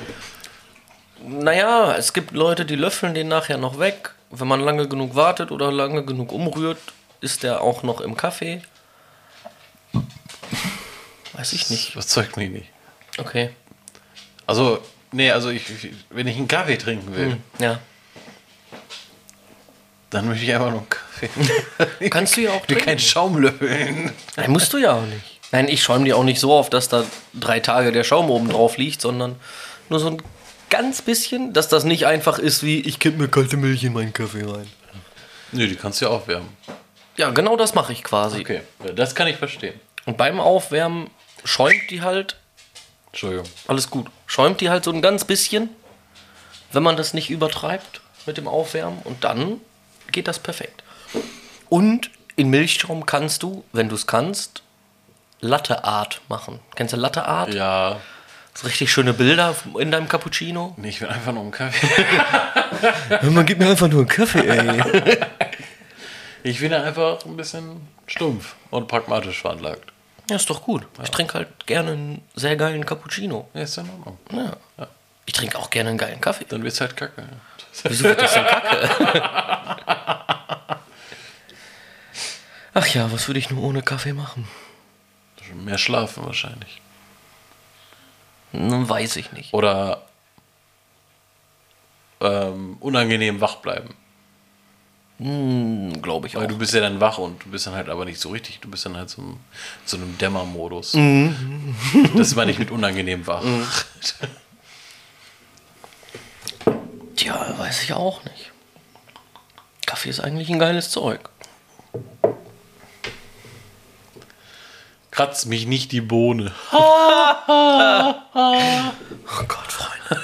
S1: Naja, es gibt Leute, die löffeln den nachher noch weg. Wenn man lange genug wartet oder lange genug umrührt, ist der auch noch im Kaffee. Weiß ich
S2: das
S1: nicht.
S2: überzeugt mich nicht.
S1: Okay.
S2: Also, nee, also, ich, ich, wenn ich einen Kaffee trinken will,
S1: Ja.
S2: dann möchte ich einfach nur einen Kaffee.
S1: Kannst du ja auch
S2: Ich will keinen
S1: trinken.
S2: Schaum löffeln.
S1: Nein, musst du ja auch nicht. Nein, ich schäume die auch nicht so auf, dass da drei Tage der Schaum oben drauf liegt, sondern nur so ein ganz bisschen, dass das nicht einfach ist wie, ich kipp mir kalte Milch in meinen Kaffee rein.
S2: Nö, die kannst du ja aufwärmen.
S1: Ja, genau das mache ich quasi.
S2: Okay, ja, das kann ich verstehen.
S1: Und beim Aufwärmen schäumt die halt
S2: Entschuldigung.
S1: alles gut. Schäumt die halt so ein ganz bisschen, wenn man das nicht übertreibt mit dem Aufwärmen und dann geht das perfekt. Und in Milchschaum kannst du, wenn du es kannst, Latte Art machen. Kennst du Latte Art?
S2: Ja,
S1: So richtig schöne Bilder in deinem Cappuccino.
S2: nee, ich will einfach nur einen Kaffee.
S1: Man gibt mir einfach nur einen Kaffee, ey.
S2: Ich bin da einfach ein bisschen stumpf und pragmatisch veranlagt.
S1: ja, ist doch gut. Ich trinke halt gerne einen sehr geilen Cappuccino.
S2: Ja, ist ja in Ordnung.
S1: Ja. Ich trinke auch gerne einen geilen Kaffee.
S2: Dann wird's halt kacke.
S1: Wieso wird das denn kacke? Ach ja, was würde ich nur ohne Kaffee machen?
S2: Mehr schlafen wahrscheinlich.
S1: Nun weiß ich nicht.
S2: Oder ähm, unangenehm wach bleiben.
S1: Hm, Glaube ich auch.
S2: Weil du bist ja dann wach und du bist dann halt aber nicht so richtig, du bist dann halt so, ein- so einem Dämmermodus.
S1: Mhm.
S2: Das meine ich mit unangenehm wach.
S1: Tja, weiß ich auch nicht. Kaffee ist eigentlich ein geiles Zeug.
S2: Kratz mich nicht die Bohne.
S1: Oh Gott, Freunde.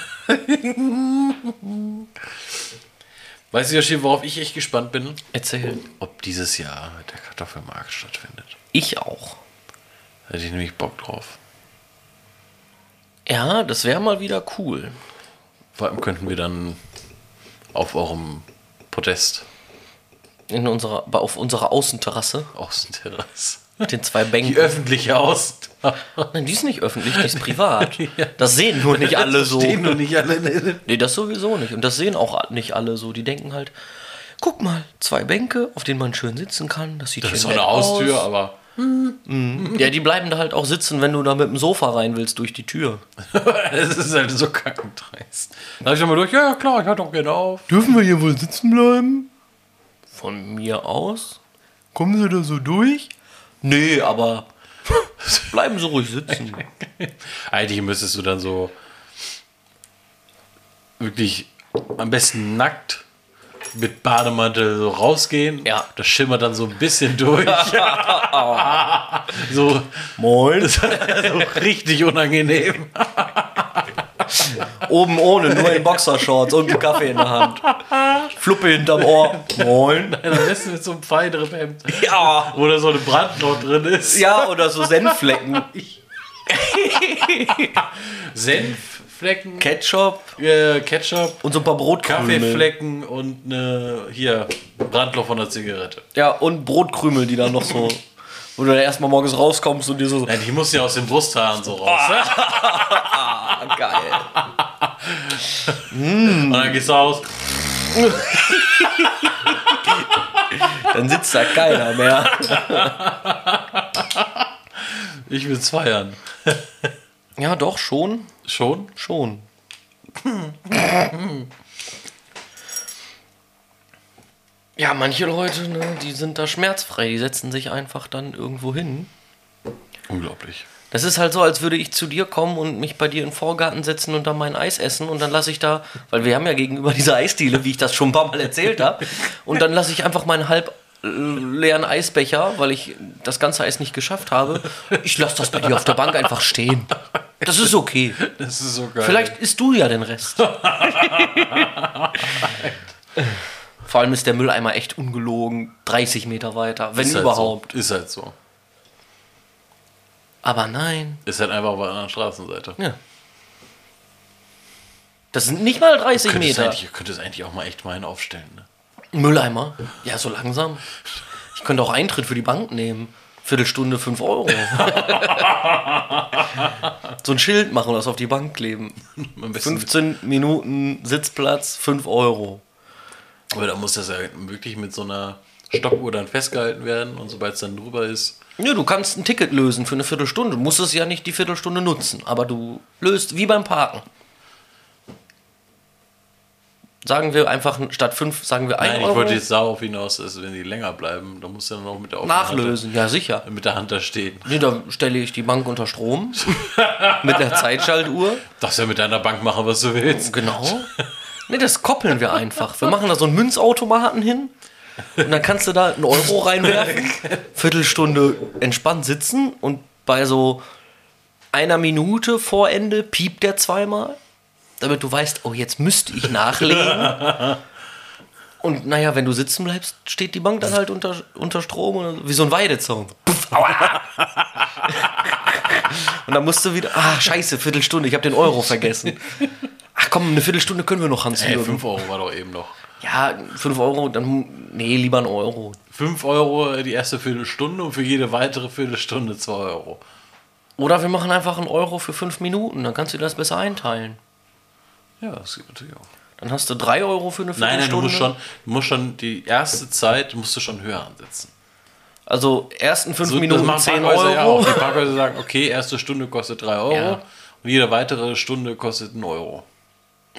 S2: Weißt du, Yoshi, worauf ich echt gespannt bin?
S1: Erzähl.
S2: Ob dieses Jahr der Kartoffelmarkt stattfindet.
S1: Ich auch.
S2: Da hätte ich nämlich Bock drauf.
S1: Ja, das wäre mal wieder cool.
S2: Vor allem könnten wir dann auf eurem Podest,
S1: In unserer, auf unserer Außenterrasse
S2: Außenterrasse,
S1: mit den zwei Bänken.
S2: die öffentliche Außenterrasse.
S1: Nein, die ist nicht öffentlich, die ist privat. Das sehen nur nicht alle so.
S2: Stehen nur nicht alle.
S1: Nee, das sowieso nicht. Und das sehen auch nicht alle so. Die denken halt, guck mal, zwei Bänke, auf denen man schön sitzen kann. Das sieht
S2: Das
S1: hier
S2: ist auch
S1: nett
S2: eine Haustür,
S1: aus.
S2: aber
S1: Ja, die bleiben da halt auch sitzen, wenn du da mit dem Sofa rein willst durch die Tür.
S2: es ist halt so kackendreist. Da habe ich nochmal durch, ja, ja, klar, ich hatte auch gerne auf.
S4: Dürfen wir hier wohl sitzen bleiben?
S1: Von mir aus?
S4: Kommen Sie da so durch?
S1: Nee, aber bleiben so ruhig sitzen.
S2: Eigentlich müsstest du dann so wirklich am besten nackt mit Bademantel so rausgehen.
S1: Ja.
S2: Das schimmert dann so ein bisschen durch. so,
S1: Moin.
S2: so richtig unangenehm.
S1: Oben ohne, nur in Boxershorts und einen Kaffee in der Hand. Fluppe hinterm Ohr. Moin.
S2: Am besten mit so einem Pfeil drin Hemd,
S1: Ja.
S2: wo da so eine Brandnot drin ist.
S1: Ja, oder so Senfflecken.
S2: Senfflecken,
S1: Ketchup
S2: äh, Ketchup,
S1: und so ein paar Brotkrümel.
S2: Kaffeeflecken und eine, hier, Brandloch von der Zigarette.
S1: Ja, und Brotkrümel, die dann noch so. Wo du dann erstmal morgens rauskommst und dir so.
S2: Nein, die muss ja aus den Brusthaaren so raus. ne?
S1: Ah, geil.
S2: Und dann gehst du aus.
S1: Dann sitzt da keiner mehr.
S2: Ich will zweiern.
S1: Ja, doch, schon.
S2: Schon?
S1: Schon. Ja, manche Leute, ne, die sind da schmerzfrei. Die setzen sich einfach dann irgendwo hin.
S2: Unglaublich.
S1: Das ist halt so, als würde ich zu dir kommen und mich bei dir in den Vorgarten setzen und dann mein Eis essen und dann lasse ich da, weil wir haben ja gegenüber diese Eisdiele, wie ich das schon ein paar Mal erzählt habe, und dann lasse ich einfach meinen halb äh, leeren Eisbecher, weil ich das ganze Eis nicht geschafft habe. Ich lasse das bei dir auf der Bank einfach stehen. Das ist okay.
S2: Das ist so geil.
S1: Vielleicht isst du ja den Rest. Vor allem ist der Mülleimer echt ungelogen 30 Meter weiter, wenn
S2: ist halt
S1: überhaupt.
S2: So. Ist halt so.
S1: Aber nein.
S2: Ist halt einfach auf der anderen Straßenseite.
S1: Ja. Das sind nicht mal 30
S2: Könntest
S1: Meter.
S2: eigentlich, könntest eigentlich auch mal echt mal einen aufstellen. Ne?
S1: Mülleimer? Ja, so langsam. Ich könnte auch Eintritt für die Bank nehmen. Viertelstunde 5 Euro. so ein Schild machen und das auf die Bank kleben.
S2: Am besten-
S1: 15 Minuten Sitzplatz, 5 Euro.
S2: Aber da muss das ja wirklich mit so einer Stoppuhr dann festgehalten werden und sobald es dann drüber ist,
S1: Ja, du kannst ein Ticket lösen für eine Viertelstunde. Du musst es ja nicht die Viertelstunde nutzen, aber du löst wie beim Parken. Sagen wir einfach statt 5, sagen wir 1
S2: Nein,
S1: Euro.
S2: ich wollte jetzt darauf hinaus, dass wenn die länger bleiben, dann musst du dann auch mit der offenen
S1: nachlösen, ja sicher.
S2: Hand, mit der Hand da stehen.
S1: Nee, da stelle ich die Bank unter Strom mit einer Zeitschaltuhr.
S2: Darfst ja mit deiner Bank machen, was du willst.
S1: Genau. Nee, das koppeln wir einfach. Wir machen da so einen Münzautomaten hin und dann kannst du da einen Euro reinwerfen, Viertelstunde entspannt sitzen und bei so einer Minute vor Ende piept der zweimal, damit du weißt, oh, jetzt müsste ich nachlegen. Und naja, wenn du sitzen bleibst, steht die Bank dann halt unter, unter Strom oder so, wie so ein Weidezaun. Puff, aua. Und dann musst du wieder, ah, scheiße, Viertelstunde, ich habe den Euro vergessen. Ach komm, eine Viertelstunde können wir noch,
S2: Ey,
S1: Hans-Jürgen.
S2: 5 Euro war doch eben noch.
S1: Ja, 5 Euro, dann. hm, Nee, lieber ein Euro.
S2: 5 Euro äh, die erste Viertelstunde und für jede weitere Viertelstunde 2 Euro.
S1: Oder wir machen einfach einen Euro für 5 Minuten, dann kannst du das besser einteilen.
S2: Ja, das geht natürlich auch.
S1: Dann hast du 3 Euro für eine
S2: Nein,
S1: Viertelstunde.
S2: nein, du musst schon, du musst schon die erste Zeit musst du schon höher ansetzen.
S1: Also, ersten 5
S2: So,
S1: Minuten
S2: machen
S1: 10
S2: Parkhäuser
S1: Euro.
S2: Ja auch. Die Parkhäuser sagen, okay, erste Stunde kostet 3 Euro
S1: Ja.
S2: und jede weitere Stunde kostet 1 Euro.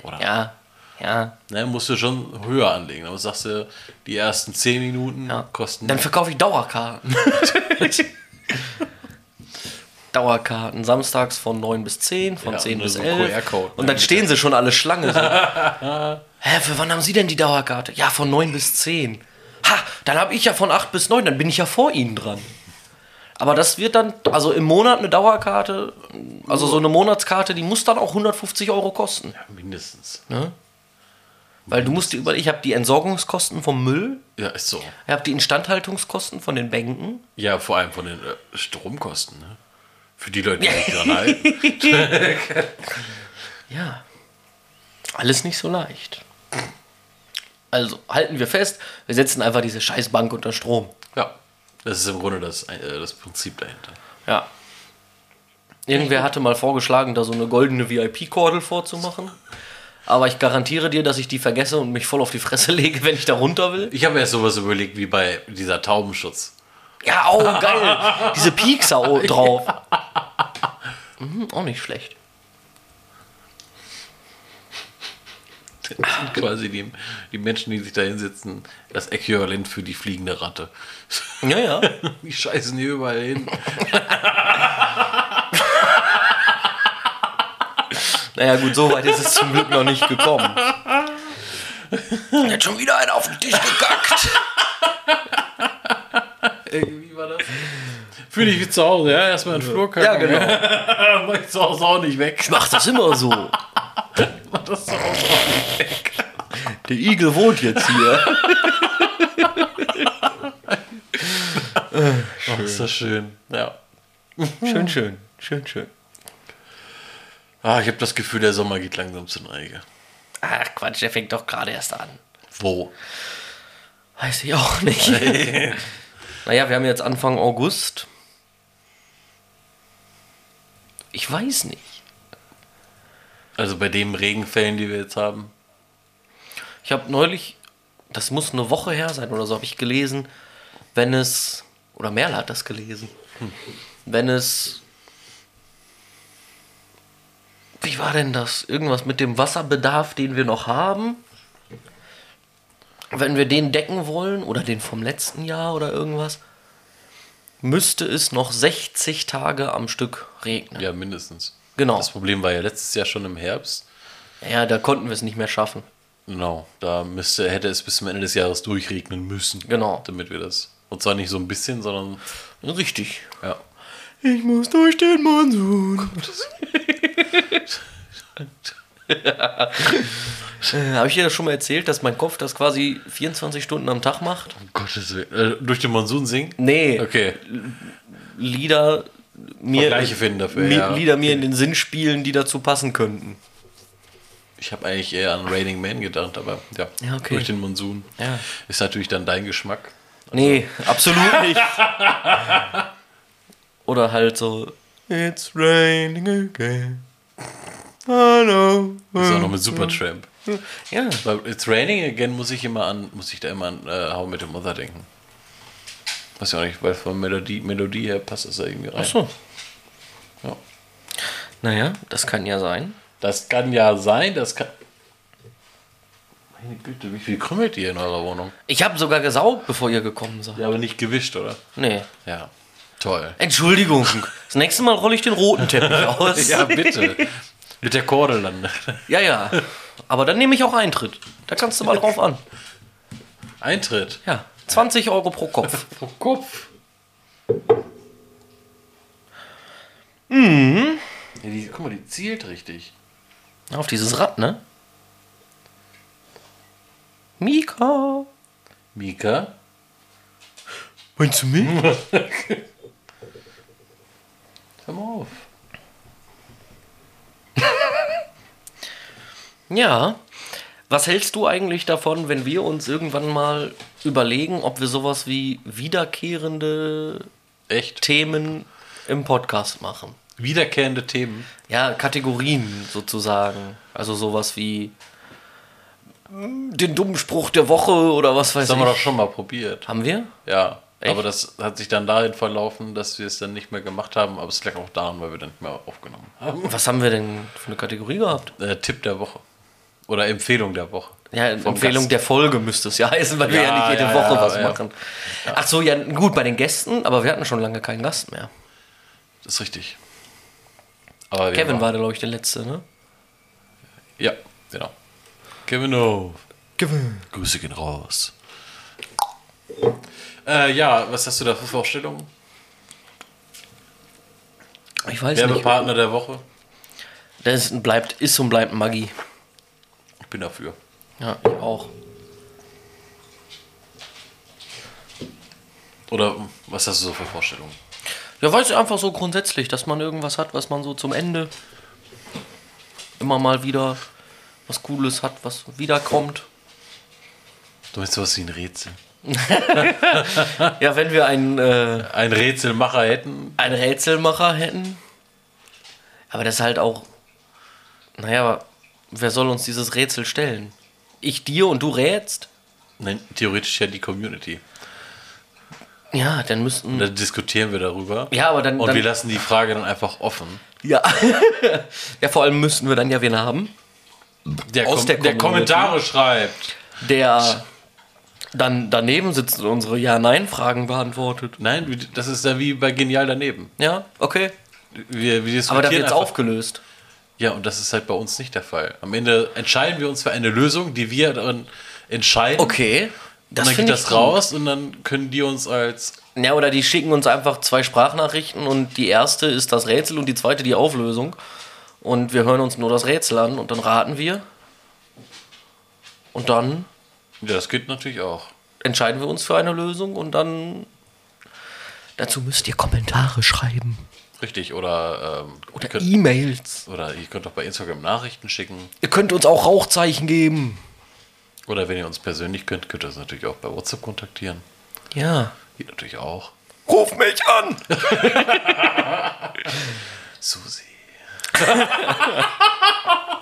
S2: Oder?
S1: ja, ja.
S2: Ne, musst du schon höher anlegen. Aber sagst du, die ersten 10 Minuten
S1: ja.
S2: kosten.
S1: Dann verkaufe ich Dauerkarten. Dauerkarten, samstags von 9 bis 10, von
S2: Ja,
S1: 10
S2: und
S1: bis
S2: so
S1: 11.
S2: QR-Code,
S1: und
S2: ne,
S1: dann stehen sie schon alle Schlange. So. Hä, für wann haben Sie denn die Dauerkarte? Ja, von 9 bis 10. Ha, dann habe ich ja von 8 bis 9, dann bin ich ja vor Ihnen dran. Aber das wird dann, also im Monat eine Dauerkarte, also so eine Monatskarte, die muss dann auch 150 Euro kosten.
S2: mindestens.
S1: Weil du musst dir überlegen, ich habe die Entsorgungskosten vom Müll,
S2: Ja, ist so.
S1: ich habe die Instandhaltungskosten von den Bänken,
S2: Ja, vor allem von den äh, Stromkosten. Ne? Für die Leute, die sich dran halten.
S1: Ja. Alles nicht so leicht. Also halten wir fest, wir setzen einfach diese Scheißbank unter Strom.
S2: Ja, das ist im Grunde das, äh, das Prinzip dahinter.
S1: Ja. Irgendwer hatte mal vorgeschlagen, da so eine goldene VIP-Kordel vorzumachen. Aber ich garantiere dir, dass ich die vergesse und mich voll auf die Fresse lege, wenn ich da runter will.
S2: Ich habe erst sowas überlegt wie bei dieser Taubenschutz.
S1: Ja, oh, geil. Diese Piekser o- drauf. Mhm, auch nicht schlecht.
S2: Das sind quasi die, die Menschen, die sich da hinsetzen, das Äquivalent für die fliegende Ratte.
S1: Ja, ja.
S2: Die scheißen hier überall hin.
S1: Naja, gut, so weit ist es zum Glück noch nicht gekommen. Jetzt schon wieder einer auf den Tisch gekackt.
S2: Wie war das? Fühle dich wie zu Hause, ja? Erstmal in den Flur
S1: Ja, genau.
S2: genau. Mach ich zu Hause auch nicht weg.
S1: Ich mach das immer so.
S2: Das
S1: Der Igel wohnt jetzt hier.
S2: ist das schön. Ja.
S1: Schön, schön. Schön, schön.
S2: Ah, ich habe das Gefühl, der Sommer geht langsam zu Neige.
S1: Ach Quatsch, der fängt doch gerade erst an.
S2: Wo?
S1: Weiß ich auch nicht. naja, wir haben jetzt Anfang August. Ich weiß nicht.
S2: Also bei den Regenfällen, die wir jetzt haben.
S1: Ich habe neulich, das muss eine Woche her sein oder so, habe ich gelesen, wenn es Oder Merle hat das gelesen. Wenn es. Wie war denn das? Irgendwas mit dem Wasserbedarf, den wir noch haben? Wenn wir den decken wollen oder den vom letzten Jahr oder irgendwas, müsste es noch 60 Tage am Stück regnen.
S2: Ja, mindestens.
S1: Genau.
S2: Das Problem war ja letztes Jahr schon im Herbst.
S1: Ja, da konnten wir es nicht mehr schaffen.
S2: Genau. Da müsste, hätte es bis zum Ende des Jahres durchregnen müssen.
S1: Genau.
S2: Damit wir das. Und zwar nicht so ein bisschen, sondern.
S1: Richtig.
S2: Ja.
S4: Ich muss durch den
S1: Oh
S4: Monsun.
S1: Äh, Habe ich dir das schon mal erzählt, dass mein Kopf das quasi 24 Stunden am Tag macht?
S2: Um Gottes Willen. Äh, durch den Monsun singen?
S1: Nee,
S2: Okay.
S1: Lieder mir,
S2: Vergleiche finden dafür,
S1: mir,
S2: ja.
S1: Lieder mir in den Sinn spielen, die dazu passen könnten.
S2: Ich habe eigentlich eher an Raining Man gedacht, aber ja.
S1: Ja, okay.
S2: Durch den Monsun.
S1: Ja.
S2: Ist natürlich dann dein Geschmack.
S1: Nee, absolut nicht. Oder halt so,
S4: It's raining again. Hallo.
S2: Ist
S1: Mhm.
S2: auch noch mit Supertramp.
S1: ja,
S2: Bei It's Raining Again muss ich immer an, muss ich da immer an äh, How I Met Your Mother denken. Weiß ich auch nicht, weil von Melodie, Melodie her passt das da irgendwie rein.
S1: ach so.
S2: Ja.
S1: Naja, das kann ja sein.
S2: Das kann ja sein, das kann. Meine Güte, wie viel krümmelt ihr in eurer Wohnung?
S1: Ich habe sogar gesaugt, bevor ihr gekommen seid.
S2: Ja, aber nicht gewischt, oder?
S1: Nee.
S2: Ja. Toll.
S1: Entschuldigung. Das nächste Mal rolle ich den roten Teppich aus.
S2: Ja, bitte. Mit der Kordel dann.
S1: ja, ja. Aber dann nehme ich auch Eintritt. Da kannst du mal drauf an.
S2: Eintritt.
S1: Ja, 20 Euro pro Kopf.
S2: Pro Kopf. Mhm. Ja, die, guck mal, die zielt richtig.
S1: Auf dieses Rad, ne? Mika.
S2: Mika?
S4: Meinst du mich?
S2: Hör mal auf.
S1: Ja. Was hältst du eigentlich davon, wenn wir uns irgendwann mal überlegen, ob wir sowas wie wiederkehrende
S2: Echt?
S1: Themen im Podcast machen?
S2: Wiederkehrende Themen.
S1: Ja, Kategorien sozusagen. Also sowas wie mm, den dummen Spruch der Woche oder was weiß
S2: Das haben wir
S1: ich.
S2: doch schon mal probiert.
S1: Haben wir?
S2: Ja.
S1: Echt?
S2: Aber das hat sich dann dahin verlaufen, dass wir es dann nicht mehr gemacht haben. Aber es lag auch daran, weil wir dann nicht mehr aufgenommen haben.
S1: Was haben wir denn für eine Kategorie gehabt?
S2: Äh, Tipp der Woche. Oder Empfehlung der Woche.
S1: Ja,
S2: Vom
S1: Empfehlung
S2: Gast.
S1: der Folge müsste es ja heißen, weil wir ja
S2: Ja,
S1: nicht jede
S2: ja,
S1: Woche
S2: ja,
S1: was
S2: ja.
S1: machen. Ach so, ja, gut, bei den Gästen, aber wir hatten schon lange keinen Gast mehr.
S2: Das ist richtig. Aber wir
S1: Kevin
S2: machen-
S1: war, glaube ich, der Letzte, ne?
S2: Ja, genau. Kevin O.
S4: Gewinn.
S2: Grüße gehen raus. Äh, ja, was hast du da für Vorstellungen?
S1: Ich weiß nicht.
S2: Werbepartner der Woche?
S1: Das bleibt, ist und bleibt Maggi.
S2: Ich bin dafür.
S1: Ja, ich auch.
S2: Oder hm, was hast du so für Vorstellungen?
S1: Ja, weiß ich einfach so grundsätzlich, dass man irgendwas hat, was man so zum Ende immer mal wieder was Cooles hat, was wiederkommt.
S2: Du meinst sowas wie ein Rätsel?
S1: Ja, wenn wir einen, äh,
S2: Ein Rätselmacher hätten?
S1: einen Rätselmacher hätten. Aber das ist halt auch. Naja, wer soll uns dieses Rätsel stellen? Ich dir und du rätst?
S2: Nein, theoretisch ja die Community.
S1: Ja, dann müssten.
S2: Da diskutieren wir darüber.
S1: Ja, aber dann-
S2: Und
S1: dann-
S2: wir lassen die Frage dann einfach offen.
S1: Ja. ja, vor allem müssten wir dann ja wen haben,
S2: Der,
S1: Aus der
S2: der
S1: Community.
S2: Kommentare schreibt.
S1: der dann daneben sitzt und unsere Ja-Nein-Fragen beantwortet.
S2: Nein, wie- das ist ja wie bei Genial daneben.
S1: Ja, okay.
S2: Wir, wir diskutieren
S1: Aber da wird es
S2: einfach-
S1: aufgelöst.
S2: Ja, und das ist halt bei uns nicht der Fall. Am Ende entscheiden wir uns für eine Lösung, die wir dann entscheiden.
S1: Okay.
S2: Das und dann
S1: find
S2: geht
S1: ich
S2: das
S1: gut.
S2: raus und dann können die uns als.
S1: Ja, oder die schicken uns einfach zwei Sprachnachrichten und die erste ist das Rätsel und die zweite die Auflösung. Und wir hören uns nur das Rätsel an und dann raten wir. Und dann
S2: Ja, das geht natürlich auch.
S1: entscheiden wir uns für eine Lösung und dann. Dazu müsst ihr Kommentare schreiben.
S2: Richtig. Oder, ähm, ihr
S1: Oder
S2: könnt,
S1: E-Mails.
S2: oder ihr könnt auch bei Instagram Nachrichten schicken.
S1: Ihr könnt uns auch Rauchzeichen geben.
S2: Oder wenn ihr uns persönlich könnt, könnt ihr uns natürlich auch bei WhatsApp kontaktieren.
S1: Ja.
S2: Geht natürlich auch.
S1: Ruf mich an!
S2: Susi.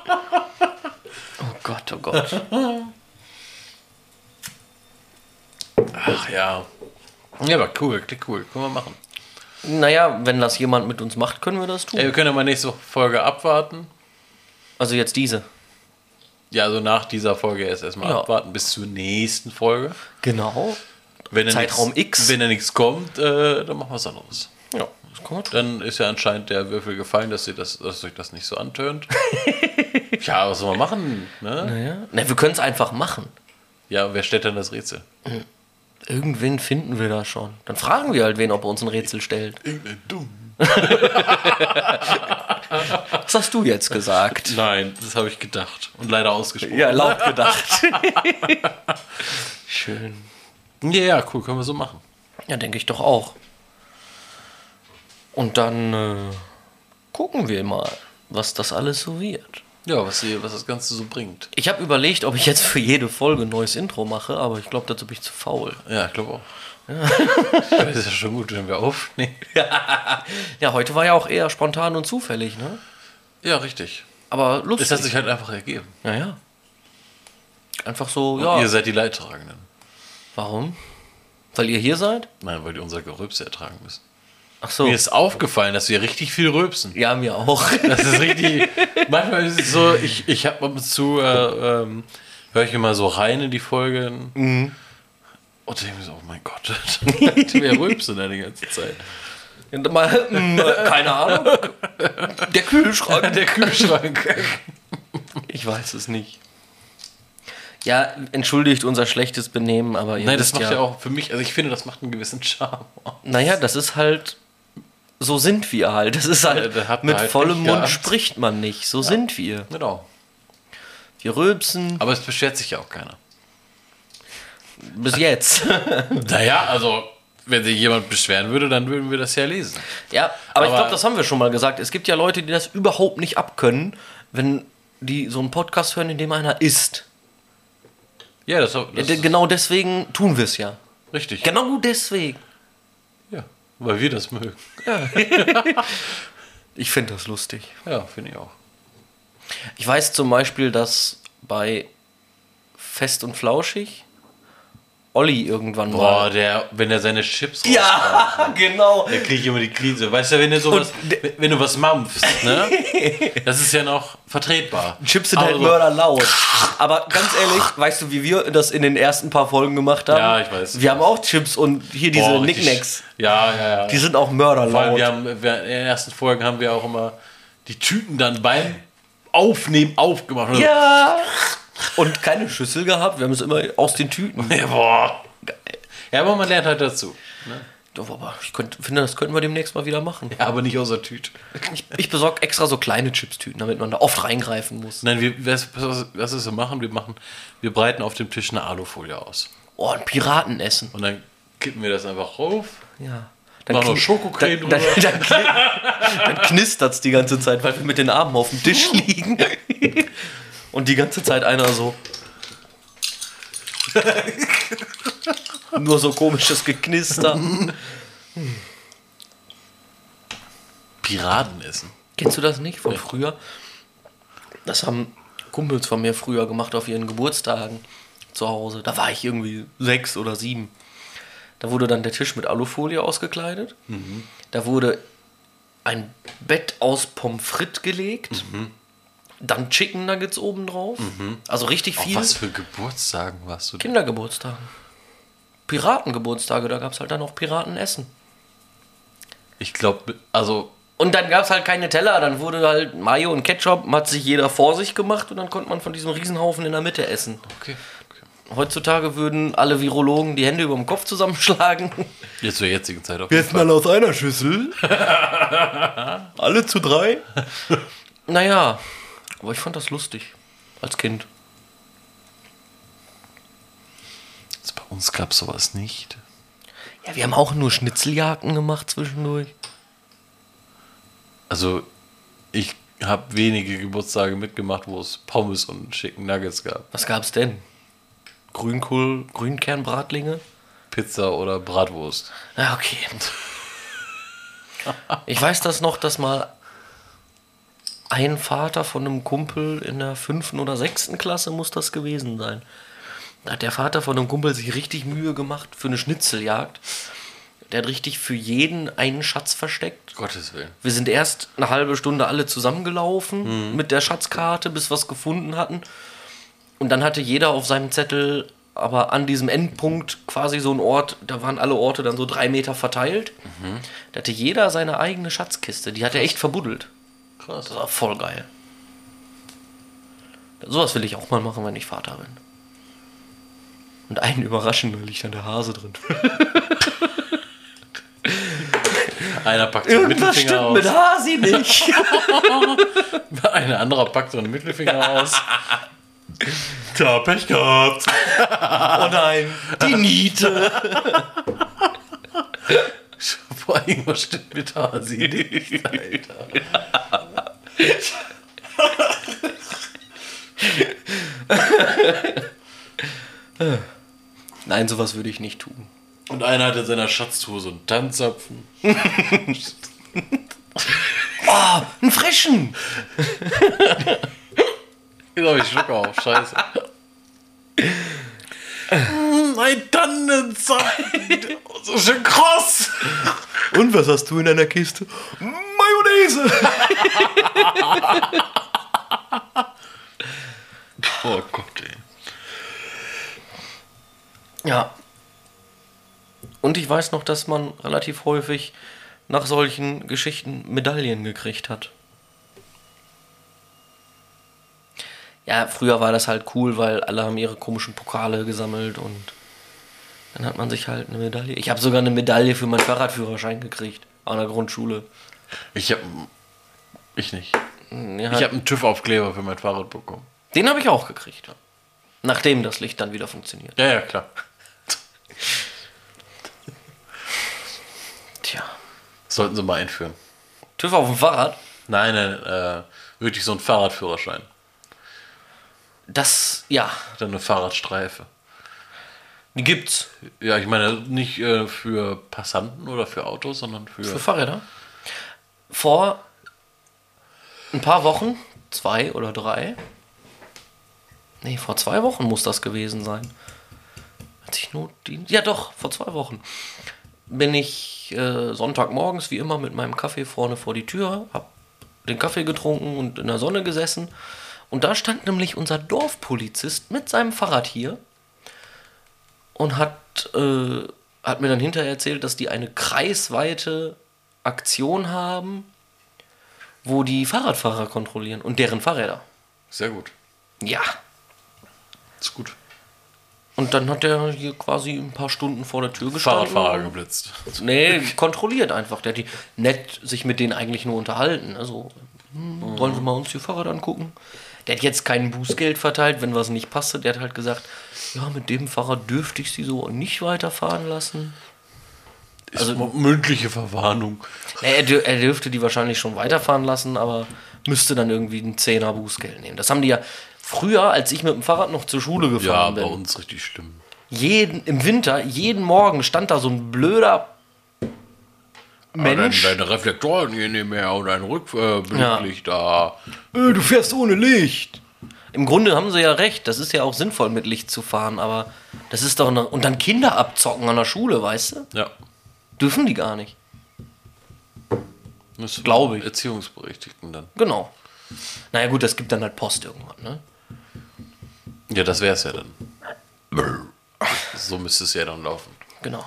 S1: Oh Gott, oh Gott.
S2: Ach ja. Ja, aber cool, klingt cool. Können wir machen.
S1: Naja, wenn das jemand mit uns macht, können wir das tun.
S2: Ey, wir können ja mal nächste Folge abwarten.
S1: Also jetzt diese.
S2: Ja, also nach dieser Folge erst erstmal
S1: Ja.
S2: abwarten bis zur nächsten Folge.
S1: Genau.
S2: Wenn da
S1: Zeitraum
S2: nix-
S1: X.
S2: Wenn da nichts kommt, äh, dann machen wir was anderes.
S1: Ja, das kann man tun.
S2: Dann ist ja anscheinend der Würfel gefallen, dass, ihr das, dass euch das nicht so antönt. ja, was soll man machen? Ne?
S1: Ja. Na, wir können es einfach machen.
S2: Ja, wer stellt denn das Rätsel?
S1: Irgendwen finden wir da schon. Dann fragen wir halt wen, ob er uns ein Rätsel stellt.
S2: Irgendein Dumm.
S1: Was hast du jetzt gesagt?
S2: Nein, das habe ich gedacht und leider ausgesprochen.
S1: ja, laut gedacht. Schön.
S2: Ja, ja, cool, können wir so machen.
S1: Ja, denke ich doch auch. Und dann äh, gucken wir mal, was das alles so wird.
S2: Ja, was, ihr, was das Ganze so bringt.
S1: Ich habe überlegt, ob ich jetzt für jede Folge ein neues Intro mache, aber ich glaube, dazu bin ich zu faul.
S2: Ja, ich glaube auch. Ja. ist ja schon gut, wenn wir aufnehmen.
S1: Ja, heute war ja auch eher spontan und zufällig, ne?
S2: Ja, richtig.
S1: Aber lustig.
S2: Es hat sich halt einfach ergeben.
S1: ja, ja. Einfach so,
S2: Und Ihr
S1: ja.
S2: seid die Leidtragenden.
S1: Warum? Weil ihr hier seid?
S2: Nein, weil die unser Gerülpse ertragen müssen.
S1: Ach so.
S2: Mir ist aufgefallen, dass wir richtig viel rülpsen.
S1: Ja, mir auch.
S2: Das ist richtig. manchmal ist es so, ich, ich habe ab und zu, äh, ähm, höre ich immer so rein in die Folgen. Und denke mir so, oh mein Gott, wir rülpsen da die ganze Zeit.
S1: Und mal, hm, äh, keine Ahnung. Der Kühlschrank.
S2: Der Kühlschrank.
S1: Ich weiß es nicht. Ja, entschuldigt unser schlechtes Benehmen, aber ihr
S2: Nein, das
S1: wisst
S2: macht ja auch für mich, also ich finde, das macht einen gewissen Charme.
S1: Naja, das ist halt. So sind wir halt. Das ist halt.
S2: Ja, da hat man
S1: mit
S2: halt
S1: vollem
S2: nicht
S1: Mund
S2: gehabt.
S1: spricht man nicht. So sind wir.
S2: Genau.
S1: Wir rülpsen
S2: Aber es beschwert sich ja auch keiner.
S1: bis jetzt.
S2: Naja, also, wenn sich jemand beschweren würde, dann würden wir das ja lesen.
S1: ja, aber, ich
S2: Aber-
S1: glaube, das haben wir schon mal gesagt. Es gibt ja Leute, die das überhaupt nicht abkönnen, wenn die so einen Podcast hören, in dem einer isst.
S2: Ja, das, das
S1: De- genau deswegen tun wir es ja.
S2: ist richtig.
S1: Genau deswegen.
S2: Ja, weil wir das mögen.
S1: Ich finde das lustig.
S2: Ja, finde ich auch.
S1: Ich weiß zum Beispiel, dass bei Fest und Flauschig Olli irgendwann
S2: Boah,
S1: mal.
S2: der, wenn er seine Chips
S1: Ja, genau.
S2: Da kriege ich immer die Krise. Weißt du, wenn du sowas,
S1: Und-
S2: wenn du was mampfst, ne? Das ist ja noch vertretbar.
S1: Chips sind
S2: Aber
S1: halt
S2: so-
S1: mörderlaut. Aber ganz ehrlich, weißt du, wie wir das in den ersten paar Folgen gemacht haben?
S2: Ja, ich weiß.
S1: Wir haben auch Chips und hier diese
S2: Boah, richtig-
S1: Nicknacks.
S2: Ja, ja, ja.
S1: Die sind auch
S2: Vor allem,
S1: mörderlaut.
S2: wir haben, wir, in den ersten Folgen haben wir auch immer die Tüten dann beim Aufnehmen aufgemacht. Und
S1: ja. Und keine Schüssel gehabt. Wir haben es immer aus den Tüten.
S2: so, Ja, boah. Ja, aber man lernt halt dazu.
S1: Doch, aber Ich könnt, finde, das könnten wir demnächst mal wieder machen.
S2: Ja, aber nicht außer Tüte.
S1: Ich, ich besorge extra so kleine Chips-Tüten, damit man da oft reingreifen muss.
S2: Nein, wir, was, was, was wir machen, wir machen, wir breiten auf dem Tisch eine Alufolie aus.
S1: Oh, ein Piratenessen.
S2: Und dann kippen wir das einfach rauf.
S1: Ja.
S2: Mach noch
S1: kni-
S2: Schokocreme
S1: dann, dann,
S2: drüber.
S1: dann, kni- dann knistert's die ganze Zeit, weil wir mit den Armen auf dem Tisch
S2: Oh.
S1: liegen. Und die ganze Zeit einer so. Nur so komisches Geknister.
S2: Piraten essen.
S1: Kennst du das nicht von früher? Das haben Kumpels von mir früher gemacht auf ihren Geburtstagen zu Hause. Da war ich irgendwie sechs oder sieben. Da wurde dann der Tisch mit Alufolie ausgekleidet.
S2: Mhm.
S1: Da wurde ein Bett aus Pommes frites gelegt.
S2: Mhm.
S1: Dann Chicken Nuggets obendrauf. Also richtig
S2: Auf
S1: viel.
S2: Oh, was für Geburtstagen warst du denn?
S1: Kindergeburtstage. Piratengeburtstage, da gab es halt dann auch Piratenessen.
S2: Ich glaube, also
S1: Und dann gab es halt keine Teller, dann wurde halt Mayo und Ketchup, hat sich jeder vor sich gemacht und dann konnte man von diesem Riesenhaufen in der Mitte essen.
S2: Okay.
S1: Heutzutage würden alle Virologen die Hände über dem Kopf zusammenschlagen.
S2: Jetzt zur jetzigen Zeit auf jeden
S4: Jetzt
S2: Fall.
S4: mal aus einer Schüssel. Alle zu drei.
S1: Naja, aber ich fand das lustig. Als Kind.
S2: Jetzt Also bei uns gab es sowas nicht.
S1: Ja, wir haben auch nur Schnitzeljagden gemacht zwischendurch.
S2: Also, ich habe wenige Geburtstage mitgemacht, wo es Pommes und Chicken Nuggets gab.
S1: Was gab's denn? Grünkohl, Grünkernbratlinge?
S2: Pizza oder Bratwurst.
S1: Ja, okay. Ich weiß das noch, dass mal ein Vater von einem Kumpel in der fünften oder sechsten Klasse muss das gewesen sein. Da hat der Vater von einem Kumpel sich richtig Mühe gemacht für eine Schnitzeljagd. Der hat richtig für jeden einen Schatz versteckt.
S2: Gottes Willen.
S1: Wir sind erst eine halbe Stunde alle zusammengelaufen mit der Schatzkarte, bis wir es gefunden hatten. Und dann hatte jeder auf seinem Zettel, aber an diesem Endpunkt quasi so ein Ort, da waren alle Orte dann so drei Meter verteilt. Da hatte jeder seine eigene Schatzkiste. Die hat er echt verbuddelt.
S2: Krass.
S1: Das war voll geil. Sowas will ich auch mal machen, wenn ich Vater bin. Und einen überraschen, da liegt dann der Hase drin.
S2: Einer packt so einen Mittelfinger aus.
S1: Hasi nicht.
S2: Ein anderer packt so einen Mittelfinger aus. Tja, Pech gehabt.
S1: Oh nein, die Niete.
S2: Vor allem, was stimmt mit Hasi nicht, Alter.
S1: Nein, sowas würde ich nicht tun.
S2: Und einer hat in seiner Schatztruhe so einen Tanzapfen.
S1: Ah, einen frischen.
S2: Jetzt hab ich Schluck auf, scheiße. Mm, Ein Tannenzapfen. So schön kross.
S1: Und was hast du in deiner Kiste? Mayonnaise.
S2: Oh Gott, ey.
S1: Ja. Und ich weiß noch, dass man relativ häufig nach solchen Geschichten Medaillen gekriegt hat. Ja, früher war das halt cool, weil alle haben ihre komischen Pokale gesammelt und dann hat man sich halt eine Medaille. Ich habe sogar eine Medaille für meinen Fahrradführerschein gekriegt an der Grundschule.
S2: Ich hab. Ich nicht.
S1: Ja,
S2: Ich hab einen TÜV-Aufkleber für mein Fahrrad bekommen.
S1: den habe ich auch gekriegt. Nachdem das Licht dann wieder funktioniert.
S2: Ja, ja, klar.
S1: Tja.
S2: Sollten sie mal einführen.
S1: TÜV auf dem Fahrrad?
S2: Nein, nein, äh, wirklich so ein Fahrradführerschein.
S1: Das, ja,
S2: Dann eine Fahrradstreife.
S1: die gibt's.
S2: Ja, ich meine, nicht äh, für Passanten oder für Autos, sondern für.
S1: Für Fahrräder. Vor ein paar Wochen, zwei oder drei, nee, vor zwei Wochen muss das gewesen sein. Hat sich Notdienst. Ja, doch, vor zwei Wochen. Bin ich äh, Sonntagmorgens wie immer mit meinem Kaffee vorne vor die Tür, hab den Kaffee getrunken und in der Sonne gesessen. Und da stand nämlich unser Dorfpolizist mit seinem Fahrrad hier und hat, äh, hat mir dann hinterher erzählt, dass die eine kreisweite Aktion haben, wo die Fahrradfahrer kontrollieren und deren Fahrräder.
S2: Sehr gut.
S1: Ja.
S2: Ist gut.
S1: Und dann hat der hier quasi ein paar Stunden vor der Tür gestanden.
S2: Fahrradfahrer geblitzt.
S1: Nee, kontrolliert einfach. Der hat die nett sich mit denen eigentlich nur unterhalten. Also, hm, wollen wir mal uns die Fahrrad angucken? Der hat jetzt kein Bußgeld verteilt, wenn was nicht passte. Der hat halt gesagt, ja, mit dem Fahrrad dürfte ich sie so nicht weiterfahren lassen.
S2: Ist also mündliche Verwarnung.
S1: Er, dür- er dürfte die wahrscheinlich schon weiterfahren lassen, aber müsste dann irgendwie einen Zehner Bußgeld nehmen. Das haben die ja früher, als ich mit dem Fahrrad noch zur Schule
S2: Ja,
S1: gefahren
S2: bei
S1: bin.
S2: uns richtig schlimm.
S1: Jeden, Im Winter, jeden Morgen stand da so ein blöder Mensch.
S2: Ah, Deine, deine Reflektoren hier nicht mehr und dein Rückblicklicht da.
S1: Äh, du fährst ohne Licht. Im Grunde haben sie ja recht. Das ist ja auch sinnvoll, mit Licht zu fahren, aber das ist doch. Eine, und dann Kinder abzocken an der Schule, weißt du?
S2: Ja.
S1: Dürfen die gar nicht.
S2: Das
S1: Glaube ich.
S2: Erziehungsberechtigten dann.
S1: Genau. Naja, gut, das gibt dann halt Post irgendwann, ne?
S2: Ja, das wär's ja dann. So müsste es ja dann laufen.
S1: Genau.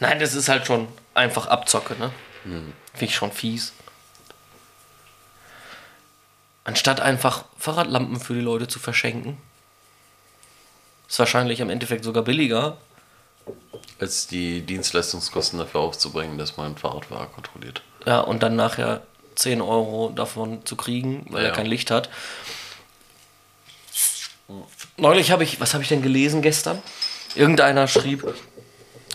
S1: Nein, das ist halt schon einfach Abzocke, ne? Finde ich schon fies. Anstatt einfach Fahrradlampen für die Leute zu verschenken, ist wahrscheinlich im Endeffekt sogar billiger.
S2: Als die Dienstleistungskosten dafür aufzubringen, dass man einen Fahrradfahrer kontrolliert.
S1: Ja, und dann nachher 10 Euro davon zu kriegen, weil
S2: Ja.
S1: er kein Licht hat. Neulich habe ich, was habe ich denn gelesen gestern? Irgendeiner schrieb,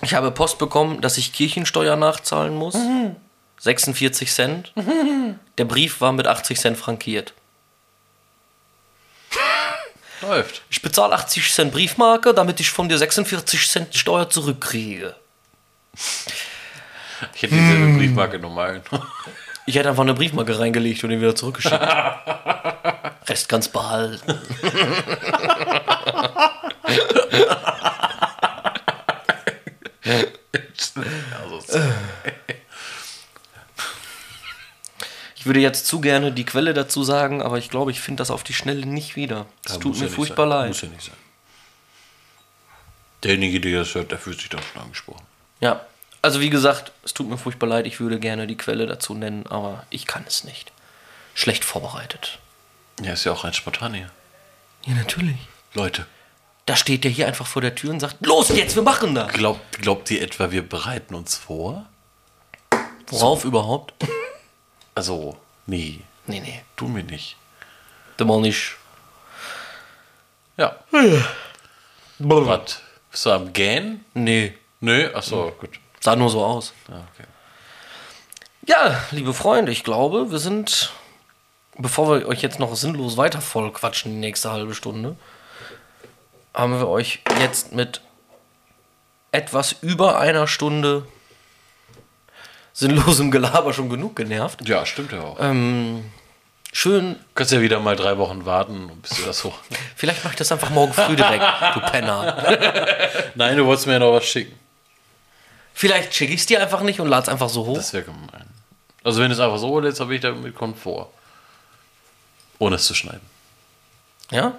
S1: ich habe Post bekommen, dass ich Kirchensteuer nachzahlen muss. 46 Cent. Der Brief war mit 80 Cent frankiert.
S2: Läuft.
S1: Ich bezahle 80 Cent Briefmarke, damit ich von dir 46 Cent Steuer zurückkriege.
S2: Ich hätte dieselbe Briefmarke normal genommen.
S1: Ich hätte einfach eine Briefmarke reingelegt und ihn wieder zurückgeschickt. Rest ganz behalten.
S2: Also,
S1: würde jetzt zu gerne die Quelle dazu sagen, aber ich glaube, ich finde das auf die Schnelle nicht wieder. Es
S2: Ja,
S1: tut
S2: muss
S1: mir
S2: ja nicht
S1: furchtbar
S2: sein.
S1: leid.
S2: Muss ja nicht sein. Derjenige, der das hört, der fühlt sich doch schon angesprochen.
S1: Ja, also wie gesagt, es tut mir furchtbar leid. Ich würde gerne die Quelle dazu nennen, aber ich kann es nicht. Schlecht vorbereitet.
S2: Ja, ist ja auch ein Spontaner.
S1: Ja, natürlich.
S2: Leute,
S1: Da steht der hier einfach vor der Tür und sagt: Los jetzt, wir machen das.
S2: glaubt, glaubt ihr etwa, wir bereiten uns vor?
S1: Worauf überhaupt?
S2: Also, nee,
S1: Nee, nee.
S2: tun wir nicht.
S1: Demonisch.
S2: Ja. Was? Bist du am Gähn?
S1: Nee,
S2: Nö, achso, gut.
S1: sah nur so aus.
S2: Ja, Hm. Ah, okay.
S1: Ja, liebe Freunde, ich glaube, wir sind, bevor wir euch jetzt noch sinnlos weiter voll quatschen, die nächste halbe Stunde, haben wir euch jetzt mit etwas über einer Stunde sinnlosem Gelaber schon genug genervt.
S2: Ja, stimmt ja auch.
S1: Ähm, schön,
S2: Du kannst ja wieder mal drei Wochen warten, bis du das hoch.
S1: vielleicht mache ich das einfach morgen früh direkt, du Penner.
S2: Nein, du wolltest mir ja noch was schicken.
S1: Vielleicht schicke ich es dir einfach nicht und lade es einfach so hoch.
S2: Das wäre gemein. Also, wenn du es einfach so lädst, habe ich damit Komfort. Ohne es zu schneiden.
S1: ja?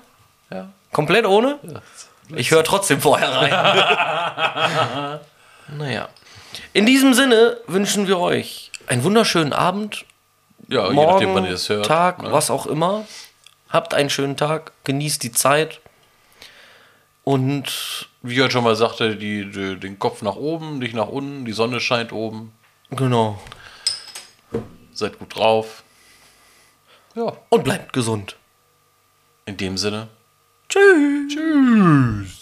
S2: Ja.
S1: Komplett ohne? Ich höre trotzdem vorher rein. naja. In diesem Sinne wünschen wir euch einen wunderschönen Abend,
S2: Ja, je
S1: morgen,
S2: nachdem, wann ihr das hört.
S1: Tag,
S2: ne?
S1: was auch immer. Habt einen schönen Tag, genießt die Zeit und
S2: Wie ich heute schon mal sagte, die, die, den Kopf nach oben, nicht nach unten, die Sonne scheint oben.
S1: genau.
S2: Seid gut drauf. Ja,
S1: Und bleibt gesund.
S2: in dem Sinne.
S1: Tschüss.
S2: Tschüss.